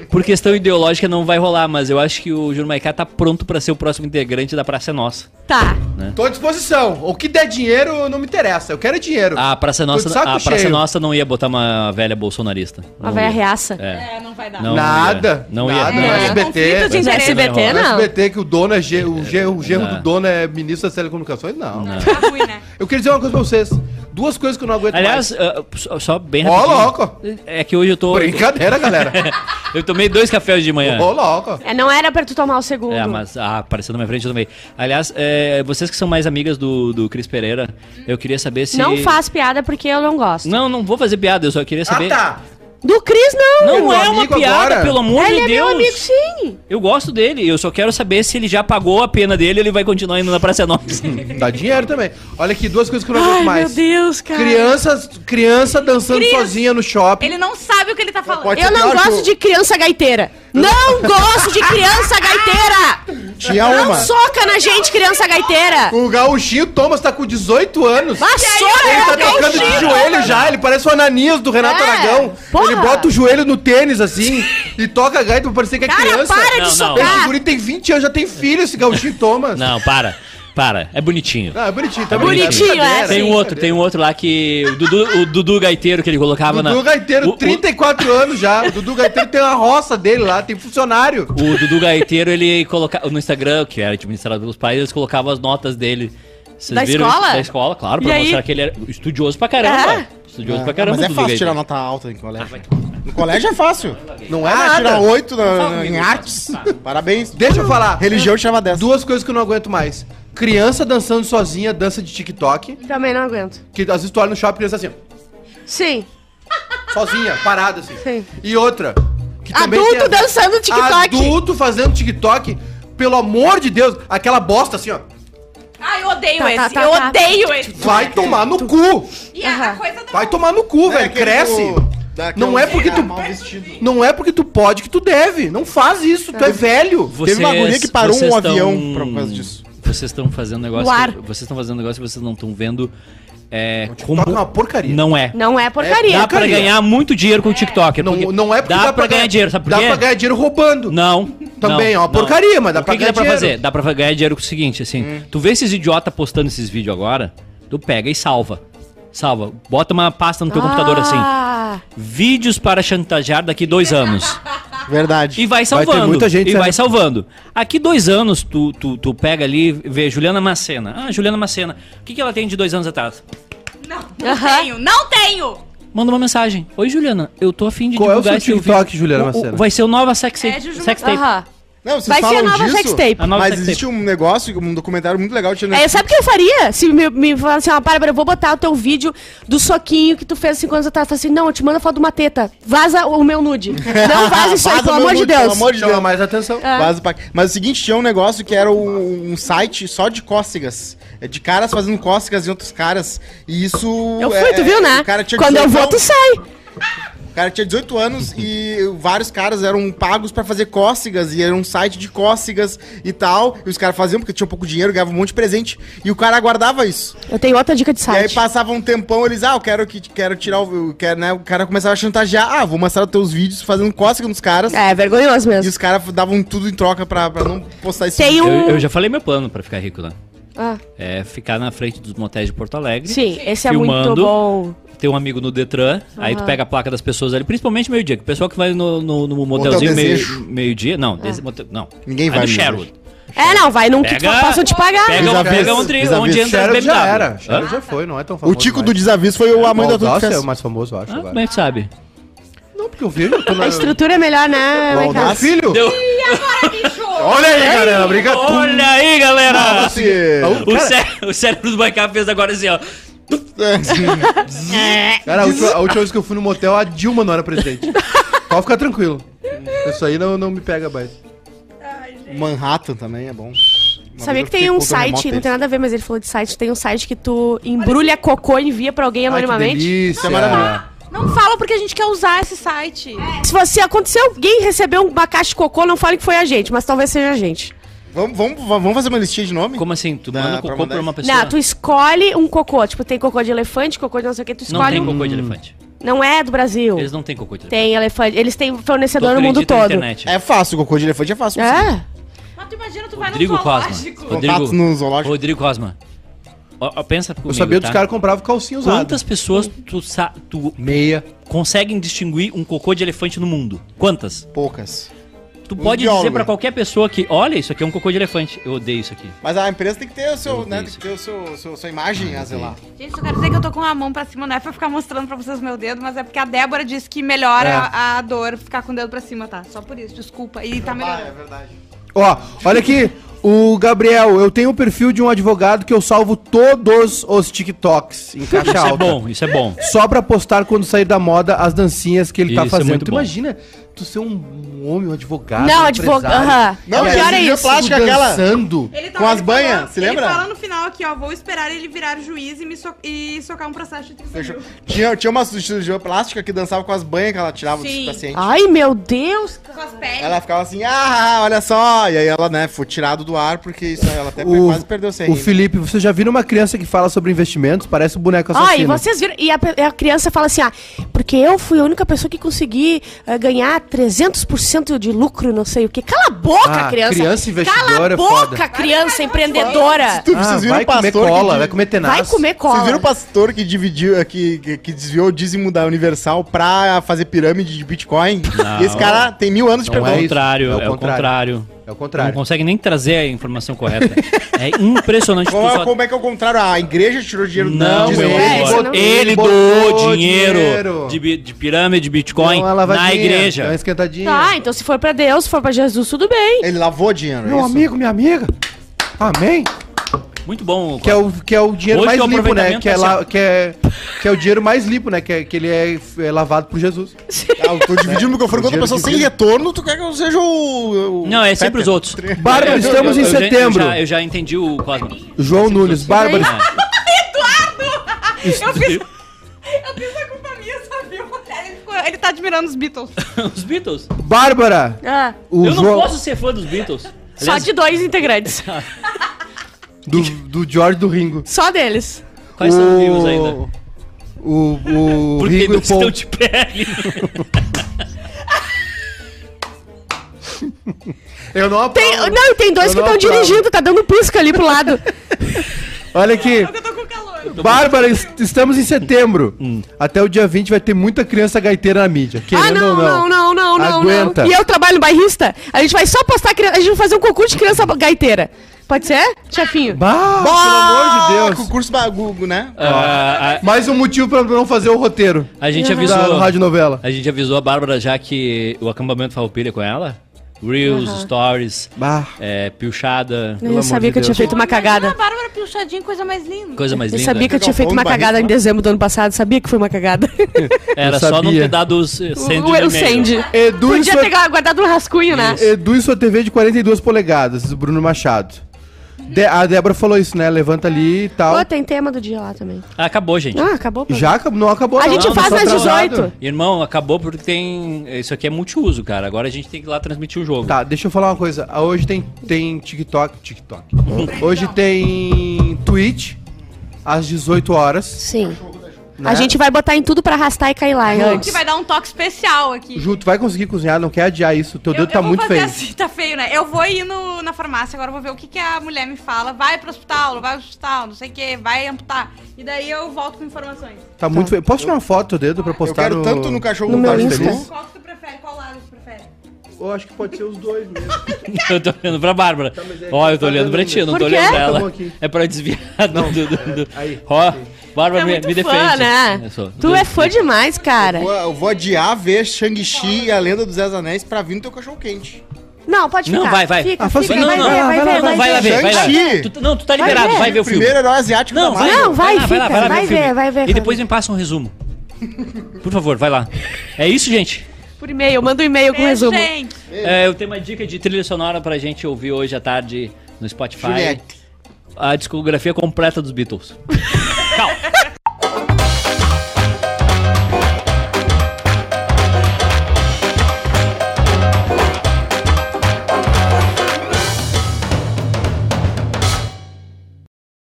Speaker 3: Por questão ideológica não vai rolar, mas eu acho que o Júnior Maiká tá pronto pra ser o próximo integrante da Praça é Nossa.
Speaker 4: Tá.
Speaker 1: Tô à disposição. O que der dinheiro não me interessa. Eu quero é dinheiro.
Speaker 3: A Praça
Speaker 1: Tô
Speaker 3: Nossa,
Speaker 1: de saco
Speaker 3: a Praça é
Speaker 1: cheio.
Speaker 3: Nossa não ia botar uma velha bolsonarista.
Speaker 4: Uma
Speaker 3: Não
Speaker 4: velha
Speaker 3: ia.
Speaker 4: reaça.
Speaker 3: É.
Speaker 5: É, não vai dar.
Speaker 3: Não,
Speaker 1: Nada,
Speaker 3: Não ia.
Speaker 1: nada.
Speaker 3: Não ia.
Speaker 1: No
Speaker 5: É,
Speaker 1: SBT,
Speaker 5: conflito de
Speaker 3: no
Speaker 5: interesse.
Speaker 3: SBT,
Speaker 4: SBT,
Speaker 1: No
Speaker 4: não.
Speaker 1: SBT que o dono é ge- o, ge- o genro
Speaker 3: Não.
Speaker 1: do dono é ministro das telecomunicações? Não.
Speaker 3: Não.
Speaker 5: Tá ruim, né?
Speaker 1: Eu queria dizer uma coisa pra vocês. Duas coisas que eu não aguento
Speaker 3: Aliás, ah, só- só bem
Speaker 1: Ó, louco.
Speaker 3: É que hoje eu tô.
Speaker 1: mais. Brincadeira, galera.
Speaker 3: Eu tomei dois cafés de manhã.
Speaker 1: Ô, louco.
Speaker 4: É, não era pra tu tomar o segundo.
Speaker 3: É, mas ah, apareceu na minha frente também. Aliás, é, vocês que são mais amigas do, do Cris Pereira, eu queria saber se.
Speaker 4: Não faz piada porque eu não gosto.
Speaker 3: Não, não vou fazer piada, eu só
Speaker 1: Ah,
Speaker 3: queria saber.
Speaker 4: Do Cris, não.
Speaker 3: Não
Speaker 1: tá. Meu
Speaker 3: é uma
Speaker 1: amigo
Speaker 3: piada,
Speaker 1: agora.
Speaker 3: pelo amor
Speaker 4: Ele
Speaker 3: de
Speaker 4: é
Speaker 3: Deus.
Speaker 4: meu amigo, sim.
Speaker 3: Eu gosto dele, eu só quero saber se ele já pagou a pena dele ele vai continuar indo na Praça Nossa.
Speaker 1: Dá dinheiro também. Olha aqui, duas coisas que eu não aguento
Speaker 4: Ai,
Speaker 1: mais.
Speaker 4: meu Deus, cara.
Speaker 1: Crianças, criança dançando
Speaker 5: Cris.
Speaker 1: sozinha no shopping.
Speaker 5: Ele não sabe o que ele tá falando.
Speaker 2: pode
Speaker 4: Eu não
Speaker 2: Pior que
Speaker 4: gosto
Speaker 2: o-
Speaker 4: de criança gaiteira. Não gosto de criança gaiteira.
Speaker 2: Tinha
Speaker 4: Não
Speaker 2: uma.
Speaker 4: soca na gente, criança gaiteira.
Speaker 1: O gauchinho Thomas tá com 18 anos.
Speaker 4: Mas soca
Speaker 1: Ele tá
Speaker 4: na
Speaker 1: tocando de
Speaker 4: gente.
Speaker 1: joelho já, ele parece o Ananias do Renato
Speaker 4: É,
Speaker 1: Aragão.
Speaker 4: porra.
Speaker 1: Ele bota o joelho no tênis assim e toca a gaita pra parecer que é
Speaker 4: Cara,
Speaker 1: criança.
Speaker 4: para
Speaker 3: Não,
Speaker 4: de
Speaker 3: não.
Speaker 1: Esse
Speaker 4: socar.
Speaker 1: guri tem 20 anos, já tem filho, esse gauchinho Thomas.
Speaker 3: Não, para, para. É bonitinho.
Speaker 1: Ah, é bonitinho, tá
Speaker 3: É bonitinho,
Speaker 1: brincadeira.
Speaker 4: é,
Speaker 3: Tem um
Speaker 4: Sim.
Speaker 1: né?
Speaker 3: outro, tem um outro lá que. O Dudu, o Dudu Gaiteiro que ele colocava na.
Speaker 1: Dudu Gaiteiro,
Speaker 3: o, o-
Speaker 1: 34 anos já. O Dudu Gaiteiro tem uma roça dele lá, tem funcionário.
Speaker 3: O Dudu Gaiteiro, ele colocava no Instagram, que era administrado pelos pais, eles colocavam as notas dele. Vocês
Speaker 4: Da
Speaker 3: viram
Speaker 4: escola?
Speaker 3: Isso? Da escola, claro,
Speaker 4: E
Speaker 3: pra
Speaker 4: aí?
Speaker 3: mostrar que ele era estudioso pra caramba.
Speaker 4: É?
Speaker 3: Estudioso pra caramba,
Speaker 2: Mas é
Speaker 3: Dudu
Speaker 2: fácil tirar
Speaker 3: Gaiteiro.
Speaker 2: nota alta em colégio. No colégio é fácil.
Speaker 1: Não é
Speaker 2: Ah,
Speaker 1: nada.
Speaker 2: tirar oito na-
Speaker 3: fala
Speaker 2: na- em
Speaker 3: comigo.
Speaker 2: artes. Parabéns.
Speaker 1: Deixa eu falar.
Speaker 2: Religião chama dessa.
Speaker 1: Duas coisas que eu não aguento mais. Criança dançando sozinha, dança de TikTok.
Speaker 4: Também não aguento.
Speaker 1: Que às vezes tu olha no shopping e criança assim, ó,
Speaker 4: Sim.
Speaker 1: sozinha, parada assim.
Speaker 4: Sim.
Speaker 1: E outra. Que
Speaker 4: Adulto
Speaker 1: tem a-
Speaker 4: dançando TikTok.
Speaker 1: Adulto fazendo TikTok. Pelo amor de Deus, aquela bosta assim, ó.
Speaker 5: Ai, Ah, eu odeio
Speaker 4: Tá,
Speaker 5: esse.
Speaker 4: tá, tá,
Speaker 5: eu
Speaker 4: tá.
Speaker 5: odeio esse.
Speaker 1: Vai tomar no cu.
Speaker 5: E a coisa da...
Speaker 1: Vai tomar no
Speaker 2: É
Speaker 1: cu, velho. Cresce. Não
Speaker 2: um
Speaker 1: é porque tu. Não é porque tu pode que tu deve. Não faz isso. Tu é velho.
Speaker 3: Vocês-
Speaker 2: Teve uma guria que parou um
Speaker 3: vocês tão-
Speaker 2: avião por causa disso.
Speaker 3: Vocês estão fazendo um negócio.
Speaker 4: No ar.
Speaker 3: Vocês estão fazendo um negócio que vocês não estão vendo. É,
Speaker 1: TikTok é uma porcaria.
Speaker 3: Não é.
Speaker 4: Não é porcaria.
Speaker 3: Dá pra
Speaker 1: porcaria.
Speaker 3: ganhar muito dinheiro com o TikTok. é
Speaker 1: Não,
Speaker 3: porque-
Speaker 1: não é porque
Speaker 3: dá, pra, ganhar dinheiro, sabe por
Speaker 1: dá
Speaker 3: quê?
Speaker 1: pra ganhar dinheiro roubando.
Speaker 3: Não.
Speaker 1: Também, é
Speaker 3: não,
Speaker 1: uma
Speaker 3: não.
Speaker 1: porcaria, mas dá
Speaker 3: o
Speaker 1: pra
Speaker 3: que que
Speaker 1: ganhar
Speaker 3: dá pra
Speaker 1: dinheiro. Hum.
Speaker 3: fazer? Dá pra ganhar dinheiro com o seguinte, assim. Tu vê esses idiota postando esses vídeos agora, tu pega e salva. Salva. Bota uma pasta no teu computador assim.
Speaker 4: Ah.
Speaker 3: Vídeos para chantagear daqui dois anos.
Speaker 2: Verdade.
Speaker 3: E vai
Speaker 1: ter
Speaker 3: salvando.
Speaker 1: muita gente né?
Speaker 3: e
Speaker 1: sendo-
Speaker 3: vai salvando. Aqui dois anos, tu, tu, tu pega ali, vê Juliana Macena. Ah, Juliana Macena. O que, que ela tem de dois anos atrás?
Speaker 5: Não, não tenho, não tenho.
Speaker 3: Manda uma mensagem. Oi, Juliana, eu tô afim de
Speaker 1: Qual é o seu
Speaker 3: esse teu
Speaker 1: TikTok,
Speaker 3: vídeo.
Speaker 1: Juliana
Speaker 3: O- o-
Speaker 1: Macena?
Speaker 3: Vai ser o nova sex,
Speaker 5: É, Juju
Speaker 3: sex tape.
Speaker 4: Aham.
Speaker 2: Não, vocês
Speaker 4: Vai ser a
Speaker 2: falam
Speaker 4: nova
Speaker 2: disso,
Speaker 4: sextape.
Speaker 3: A nova
Speaker 2: Mas
Speaker 3: sextape.
Speaker 2: existe um negócio, um documentário muito legal tinha no
Speaker 4: É, sabe o que eu faria? Se me, me falasse assim, ó, Bárbara, eu vou botar o teu vídeo do soquinho que tu fez cinco anos atrás. Eu falo assim, não, eu te mando a foto de uma teta. Vaza o meu nude. Não vaza isso aí,
Speaker 2: Vaza
Speaker 4: pelo
Speaker 2: o meu
Speaker 4: amor de
Speaker 2: nude, pelo
Speaker 4: Deus.
Speaker 2: amor de
Speaker 1: Chama
Speaker 2: Deus.
Speaker 1: mais atenção.
Speaker 3: Ah,
Speaker 4: é.
Speaker 2: Vaza pra- Mas o seguinte, tinha um negócio que era um, um site só de cócegas. É De caras fazendo cócegas em outros caras. E isso.
Speaker 4: Eu fui,
Speaker 2: é-
Speaker 4: tu viu, né?
Speaker 2: O cara tinha
Speaker 4: Quando eu
Speaker 2: 18
Speaker 4: vou, tu sai.
Speaker 2: O cara tinha 18 anos e vários caras eram pagos pra fazer cócegas, e era um site de cócegas e tal. E os caras faziam porque tinha pouco dinheiro, ganhava um monte de presente. E o cara guardava isso.
Speaker 4: Eu tenho outra dica de
Speaker 2: E aí
Speaker 4: site.
Speaker 2: passava um tempão, eles, ah, eu quero que quero tirar o. eu Quero, né? O cara começava a chantagear, ah, vou mostrar os teus vídeos fazendo cócega nos caras.
Speaker 4: É, vergonhoso
Speaker 2: E
Speaker 4: mesmo.
Speaker 2: os caras davam tudo em troca pra, pra não postar esse
Speaker 4: Tem
Speaker 2: vídeo.
Speaker 4: um...
Speaker 3: Eu, eu já falei meu plano pra ficar rico, né?
Speaker 4: Ah,
Speaker 3: É ficar na frente dos motéis de Porto Alegre.
Speaker 4: sim, esse é muito
Speaker 3: Filmando.
Speaker 4: bom.
Speaker 3: Tem um amigo no Detran, aí tu pega a placa das pessoas ali, principalmente meio-dia, que o pessoal que vai no, no, no motelzinho
Speaker 2: Desejo.
Speaker 3: meio- meio-dia. não, dese- motel- não.
Speaker 2: Ninguém
Speaker 3: Aí
Speaker 2: vai
Speaker 3: do
Speaker 2: no
Speaker 3: Sherwood.
Speaker 4: É, não, vai num que
Speaker 3: Pega-
Speaker 4: tu- possam te pagar.
Speaker 3: Pega,
Speaker 2: Vis-a-vis.
Speaker 3: uma, pega onde,
Speaker 2: Vis-a-vis.
Speaker 3: onde entra
Speaker 1: Cheryl
Speaker 3: as
Speaker 1: já
Speaker 3: BMW.
Speaker 1: era. Cheryl
Speaker 3: Hã?
Speaker 1: já foi, não é
Speaker 4: um-
Speaker 1: tão famoso.
Speaker 2: O Tico
Speaker 1: mais.
Speaker 2: do desaviso foi o, a mãe da Tudo que
Speaker 1: Baldassi é
Speaker 2: fez.
Speaker 1: o mais famoso, eu acho.
Speaker 3: Ah,
Speaker 1: agora.
Speaker 3: como é que tu sabe?
Speaker 1: Não, porque eu vejo. eu tô na-
Speaker 4: A estrutura é melhor, né,
Speaker 2: Bom,
Speaker 4: Maiká?
Speaker 1: Meu filho!
Speaker 3: Deu.
Speaker 1: Olha aí, galera, briga tudo.
Speaker 3: Olha aí, galera!
Speaker 2: Esse-
Speaker 3: O, cé- o cérebro do Baicá fez agora assim, ó.
Speaker 1: Cara, a última, a última vez que eu fui no motel, a Dilma não era presidente. Pode ficar tranquilo. Isso aí não, não me pega mais.
Speaker 2: Manhattan também é bom. Uma
Speaker 4: Sabia
Speaker 2: vez
Speaker 4: que
Speaker 2: eu
Speaker 4: tem
Speaker 2: fiquei
Speaker 4: um
Speaker 2: com o remoto
Speaker 4: site, não
Speaker 2: desse.
Speaker 4: tem nada a ver, mas ele falou de site. Tem um site que tu embrulha cocô e envia pra alguém
Speaker 1: Ai, que
Speaker 4: anonimamente.
Speaker 1: delícia.
Speaker 2: é maravilhoso.
Speaker 5: Não fala porque a gente quer usar esse site.
Speaker 4: Se você aconteceu, alguém recebeu uma caixa de cocô, não fale que foi a gente, mas talvez seja a gente.
Speaker 2: Vamos, vamos, vamos fazer uma listinha de nome?
Speaker 3: Como assim? Tu
Speaker 2: Dá
Speaker 3: manda
Speaker 2: pra
Speaker 3: cocô
Speaker 2: mandar
Speaker 3: pra uma
Speaker 2: isso?
Speaker 3: pessoa?
Speaker 4: Não, tu escolhe um cocô. Tipo, tem cocô de elefante, cocô de não sei o que, tu
Speaker 3: Não
Speaker 4: escolhe
Speaker 3: tem
Speaker 4: um.
Speaker 3: cocô de elefante.
Speaker 4: Não é do Brasil.
Speaker 3: Eles não têm cocô de elefante.
Speaker 4: Tem elefante. Eles têm
Speaker 3: Tu
Speaker 4: fornecedor no mundo
Speaker 3: acredita na
Speaker 4: todo.
Speaker 3: internet.
Speaker 2: É fácil, cocô de elefante é fácil.
Speaker 4: É.
Speaker 5: Mas tu imagina, tu vai
Speaker 3: Rodrigo
Speaker 5: no
Speaker 3: Cosma.
Speaker 5: zoológico.
Speaker 2: Contato no zoológico.
Speaker 3: Rodrigo Cosma. Ó, ó, pensa comigo,
Speaker 1: Eu sabia
Speaker 3: tá?
Speaker 1: dos caras que compravam calcinha usada.
Speaker 3: Quantas pessoas tu, sa- tu
Speaker 1: Meia.
Speaker 3: conseguem distinguir um cocô de elefante no mundo? Quantas?
Speaker 2: Poucas.
Speaker 3: Tu
Speaker 2: Um
Speaker 3: pode
Speaker 2: biólogo.
Speaker 3: dizer pra qualquer pessoa que, olha, isso aqui é um cocô de elefante. Eu odeio isso aqui.
Speaker 2: Mas a empresa tem que ter o seu,
Speaker 3: Eu
Speaker 2: né,
Speaker 3: vi
Speaker 2: tem
Speaker 3: isso.
Speaker 2: que ter o seu, seu- sua imagem a zelar.
Speaker 5: Gente, eu quero dizer que eu tô com a mão pra cima, não é pra ficar mostrando pra vocês meu dedo, mas é porque a Débora disse que melhora
Speaker 1: É.
Speaker 5: a, a dor ficar com o dedo pra cima, tá? Só por isso, desculpa. E tá
Speaker 2: Ah, é
Speaker 5: melhorando.
Speaker 2: verdade.
Speaker 1: Ó, olha aqui. O Gabriel, eu tenho o perfil de um advogado que eu salvo todos os TikToks em caixa
Speaker 3: Isso é
Speaker 1: alta.
Speaker 3: bom, isso é bom.
Speaker 1: Só pra postar quando sair da moda as dancinhas que ele tá
Speaker 3: Isso é
Speaker 1: fazendo.
Speaker 3: muito
Speaker 1: tu
Speaker 3: bom.
Speaker 1: imagina tu ser um homem, um advogado.
Speaker 4: Não,
Speaker 1: um
Speaker 4: advogado.
Speaker 1: empresário,
Speaker 4: Aham.
Speaker 2: Não,
Speaker 4: O
Speaker 2: é,
Speaker 4: pior é
Speaker 2: cirurgia
Speaker 4: isso.
Speaker 2: plástica
Speaker 1: tu
Speaker 2: aquela.
Speaker 1: dançando.
Speaker 5: Ele
Speaker 2: Com as
Speaker 5: ele
Speaker 2: banhas,
Speaker 5: falou-
Speaker 2: se lembra?
Speaker 5: Ele fala no final aqui, ó, vou esperar ele virar juiz e, me so- e socar um processo de 30
Speaker 2: Fechou.
Speaker 5: mil.
Speaker 2: Tinha, tinha uma cirurgia plástica que dançava com as banhas que ela tirava
Speaker 5: Sim.
Speaker 2: dos pacientes.
Speaker 4: Ai, meu Deus, cara.
Speaker 5: Com as peles.
Speaker 2: Ela ficava assim, ah, olha só. E aí ela, né, foi tirado do ar, porque isso aí ela até
Speaker 1: O,
Speaker 2: quase perdeu sem
Speaker 1: o Felipe, você já viram uma criança que fala sobre investimentos? Parece um boneco
Speaker 4: Ah, e
Speaker 1: assassino.
Speaker 4: vocês viram. E a, pe- a criança fala assim: ah, porque eu fui a única pessoa que consegui eh, ganhar 300% de lucro, não sei o quê. Cala a boca,
Speaker 1: Ah,
Speaker 4: criança.
Speaker 1: criança investidora é
Speaker 4: Cala a boca,
Speaker 1: foda.
Speaker 4: criança empreendedora.
Speaker 2: Tu,
Speaker 1: Ah,
Speaker 2: vocês viram
Speaker 1: vai
Speaker 2: o pastor
Speaker 1: comer
Speaker 2: que
Speaker 1: cola,
Speaker 2: di-
Speaker 1: vai comer tenaz.
Speaker 4: Vai comer cola.
Speaker 2: Vocês viram o pastor que dividiu, eh, que, que, que desviou o dízimo da Universal pra fazer pirâmide de Bitcoin?
Speaker 3: Não.
Speaker 2: E esse cara tem mil anos de
Speaker 3: Não
Speaker 2: perdão.
Speaker 3: é o
Speaker 1: isso,
Speaker 3: contrário,
Speaker 1: é o
Speaker 3: é o contrário.
Speaker 1: É o
Speaker 3: Não
Speaker 1: contrário.
Speaker 3: consegue nem trazer a informação correta. É impressionante tu
Speaker 2: Como é-
Speaker 3: só-
Speaker 2: como é que é o contrário? A igreja tirou dinheiro do
Speaker 3: Não, é.
Speaker 2: dízimo.
Speaker 3: meu
Speaker 1: ele
Speaker 3: amor.
Speaker 1: botou- ele
Speaker 3: Ele
Speaker 1: botou
Speaker 3: doou dinheiro
Speaker 1: dinheiro.
Speaker 3: de, bi- de pirâmide, Bitcoin,
Speaker 1: Dá uma
Speaker 3: na
Speaker 1: lavadinha, dá uma
Speaker 3: igreja.
Speaker 1: esquentadinha.
Speaker 4: Tá, então se for pra Deus, se for pra Jesus, tudo bem.
Speaker 2: Ele lavou dinheiro, é
Speaker 1: Meu
Speaker 2: isso?
Speaker 1: amigo, minha amiga. Amém?
Speaker 3: Muito bom.
Speaker 1: Que é o, que é o dinheiro
Speaker 3: Hoje o
Speaker 1: mais limpo, né?
Speaker 3: aproveitamento
Speaker 1: Que é,
Speaker 3: é
Speaker 1: la-
Speaker 3: assim.
Speaker 1: que, é, que é o dinheiro mais limpo, né? Que, é, que ele é, é lavado por Jesus.
Speaker 2: Ah, eu tô dividindo o microfone com outra
Speaker 1: Dinheiro
Speaker 2: pessoa sem
Speaker 1: dividido.
Speaker 2: retorno, tu quer que eu seja o... o-
Speaker 3: Não, é sempre
Speaker 2: Peter?
Speaker 3: os outros.
Speaker 1: Bárbara,
Speaker 3: Eu- eu-
Speaker 1: estamos em
Speaker 3: eu já-
Speaker 1: setembro.
Speaker 3: Eu já, eu já entendi o Cosmo. né?
Speaker 1: João Nunes, Bárbara.
Speaker 5: Eu fiz... Eu fiz a culpa minha, sabe? Ele, ficou- ele tá admirando os Beatles.
Speaker 3: Os Beatles.
Speaker 1: Bárbara!
Speaker 4: Ah,
Speaker 1: O
Speaker 3: eu não
Speaker 1: João
Speaker 3: posso ser fã dos Beatles.
Speaker 1: é
Speaker 4: só
Speaker 3: Aliás,
Speaker 4: de dois integrantes.
Speaker 1: do, do George do Ringo.
Speaker 4: Só deles.
Speaker 3: Quais são os views ainda?
Speaker 1: O, o, o
Speaker 3: Porque
Speaker 1: Ringo e
Speaker 3: não
Speaker 1: o Paul.
Speaker 3: estão de pele.
Speaker 1: Eu não aprovo.
Speaker 4: Tem, não, e tem
Speaker 1: Eu
Speaker 4: dois que
Speaker 1: não
Speaker 4: estão
Speaker 1: aprovo.
Speaker 4: dirigindo, tá dando pisca ali pro lado.
Speaker 1: Olha aqui.
Speaker 5: Eu tô com calor.
Speaker 1: Bárbara, es- estamos em setembro. Até o dia 20 vai ter muita criança gaiteira na mídia. Querendo
Speaker 4: ah, não,
Speaker 1: ou
Speaker 4: não,
Speaker 1: não.
Speaker 4: não, não, não, não,
Speaker 1: Aguenta.
Speaker 4: E eu trabalho no bairrista. A gente vai só postar criança. A gente vai fazer um concurso de criança gaiteira. Pode ser? Chefinho.
Speaker 1: Bah,
Speaker 2: Ah,
Speaker 1: pelo amor de Deus.
Speaker 2: Concurso bagugo, né?
Speaker 3: Ah,
Speaker 1: Mais um motivo pra não fazer o roteiro
Speaker 3: a, a gente
Speaker 4: Uhum.
Speaker 3: avisou. É.
Speaker 1: da Tá rádio novela.
Speaker 3: A gente avisou a Bárbara já que o acampamento Farroupilha é com ela. Reels, Stories,
Speaker 1: Bah.
Speaker 3: é, pilchada,
Speaker 4: eu sabia que eu tinha feito uma
Speaker 5: A
Speaker 4: cagada.
Speaker 5: Bárbara Pilchadinha, coisa mais linda.
Speaker 3: coisa mais
Speaker 4: Eu
Speaker 3: linda.
Speaker 4: sabia que eu tinha
Speaker 2: Galvão
Speaker 4: feito
Speaker 2: do
Speaker 4: uma
Speaker 2: Barrista.
Speaker 4: cagada em dezembro do ano passado. Sabia que foi uma cagada.
Speaker 3: Era
Speaker 1: Eu
Speaker 3: só não
Speaker 1: sabia.
Speaker 3: ter dado os eh, send
Speaker 4: o,
Speaker 3: no
Speaker 4: o
Speaker 3: e-mail.
Speaker 4: Sandy.
Speaker 1: Edu e,
Speaker 4: Podia
Speaker 1: sua,
Speaker 4: ter guardado um rascunho, né?
Speaker 1: Edu e sua TV de 42 polegadas, do Bruno Machado. De- a Débora falou isso, né? Levanta ali e tal.
Speaker 4: Pô, tem tema do dia lá também.
Speaker 3: Ah, Acabou, gente.
Speaker 4: Ah, acabou. pô.
Speaker 1: Já acabou, não acabou
Speaker 4: A
Speaker 1: não,
Speaker 4: gente
Speaker 1: não,
Speaker 4: faz
Speaker 1: tá
Speaker 4: às
Speaker 1: atrasado.
Speaker 4: 18.
Speaker 3: Irmão, acabou porque tem. Isso aqui é multiuso, cara. Agora a gente tem que ir lá transmitir o jogo.
Speaker 1: Tá, deixa eu falar uma coisa. Ah, Hoje tem, tem TikTok, TikTok. Hoje tem Twitch, às 18 horas.
Speaker 4: Sim.
Speaker 1: Né?
Speaker 4: A gente vai botar em tudo pra arrastar e cair lá
Speaker 5: Que
Speaker 4: antes.
Speaker 5: vai dar um toque especial aqui.
Speaker 1: Ju, tu vai conseguir cozinhar, não quer adiar isso. Teu
Speaker 5: Eu-
Speaker 1: dedo
Speaker 5: eu
Speaker 1: tá
Speaker 5: vou
Speaker 1: muito
Speaker 5: fazer
Speaker 1: feio.
Speaker 5: assim, tá feio, né? Eu vou ir no- na farmácia agora, vou ver o que, que a mulher me fala. Vai pro hospital, vai pro hospital, não sei o que, vai amputar. E daí eu volto com informações.
Speaker 1: Tá muito feio. Posso tirar uma foto do teu dedo pra
Speaker 2: Eu
Speaker 1: postar
Speaker 2: quero tanto no cachorro
Speaker 4: no meu
Speaker 2: vontade de
Speaker 4: Insta.
Speaker 2: feliz.
Speaker 5: Qual que tu prefere? Qual lado tu prefere?
Speaker 1: Eu acho que pode ser os dois né? mesmo.
Speaker 3: Eu tô olhando pra Bárbara.
Speaker 1: mas é
Speaker 3: Ó,
Speaker 1: que
Speaker 3: eu tô
Speaker 1: tá
Speaker 3: olhando pra
Speaker 1: dando
Speaker 3: ti, eu não
Speaker 4: Por
Speaker 3: tô
Speaker 4: quê?
Speaker 3: olhando pra
Speaker 1: Tá bom
Speaker 3: ela.
Speaker 1: aqui. é,
Speaker 3: É pra desviar do. do, do-
Speaker 1: aí,
Speaker 3: Ó, Bárbara,
Speaker 4: Tu é
Speaker 3: me,
Speaker 4: muito
Speaker 3: me
Speaker 4: fã,
Speaker 3: defende.
Speaker 4: né?
Speaker 3: Eu sou-
Speaker 4: Tu é fã demais, cara.
Speaker 2: Vou- Eu vou adiar ver Shang-Chi e a Lenda dos Dez Anéis pra vir no teu cachorro quente.
Speaker 4: Não, pode ficar.
Speaker 3: Não, vai, vai.
Speaker 4: Fica,
Speaker 1: Ah, faz
Speaker 4: fica,
Speaker 1: o
Speaker 4: vai,
Speaker 1: seguinte,
Speaker 4: ver,
Speaker 1: não,
Speaker 4: vai,
Speaker 1: não,
Speaker 4: ver,
Speaker 1: não,
Speaker 4: vai,
Speaker 3: Não, vai lá
Speaker 4: ver.
Speaker 3: ver, vai lá.
Speaker 2: Gente!
Speaker 3: Tu- tu- não, tu tá
Speaker 4: Vai
Speaker 3: liberado,
Speaker 4: ver.
Speaker 3: vai ver o filme.
Speaker 2: Primeiro herói asiático
Speaker 3: Não,
Speaker 2: da
Speaker 3: vai,
Speaker 2: Marvel.
Speaker 4: Não, vai,
Speaker 3: lá, vai lá,
Speaker 4: fica,
Speaker 3: vai lá ver
Speaker 4: vai
Speaker 3: o filme.
Speaker 4: ver, vai ver,
Speaker 3: E depois
Speaker 4: vai
Speaker 3: me passa um resumo. Por favor, vai lá. É isso, gente.
Speaker 4: Por e-mail, manda um e-mail com
Speaker 5: É,
Speaker 4: resumo.
Speaker 5: gente.
Speaker 3: É, eu tenho uma dica de trilha sonora pra gente ouvir hoje à tarde no Spotify.
Speaker 2: Juliette.
Speaker 3: A discografia completa dos Beatles. Calma.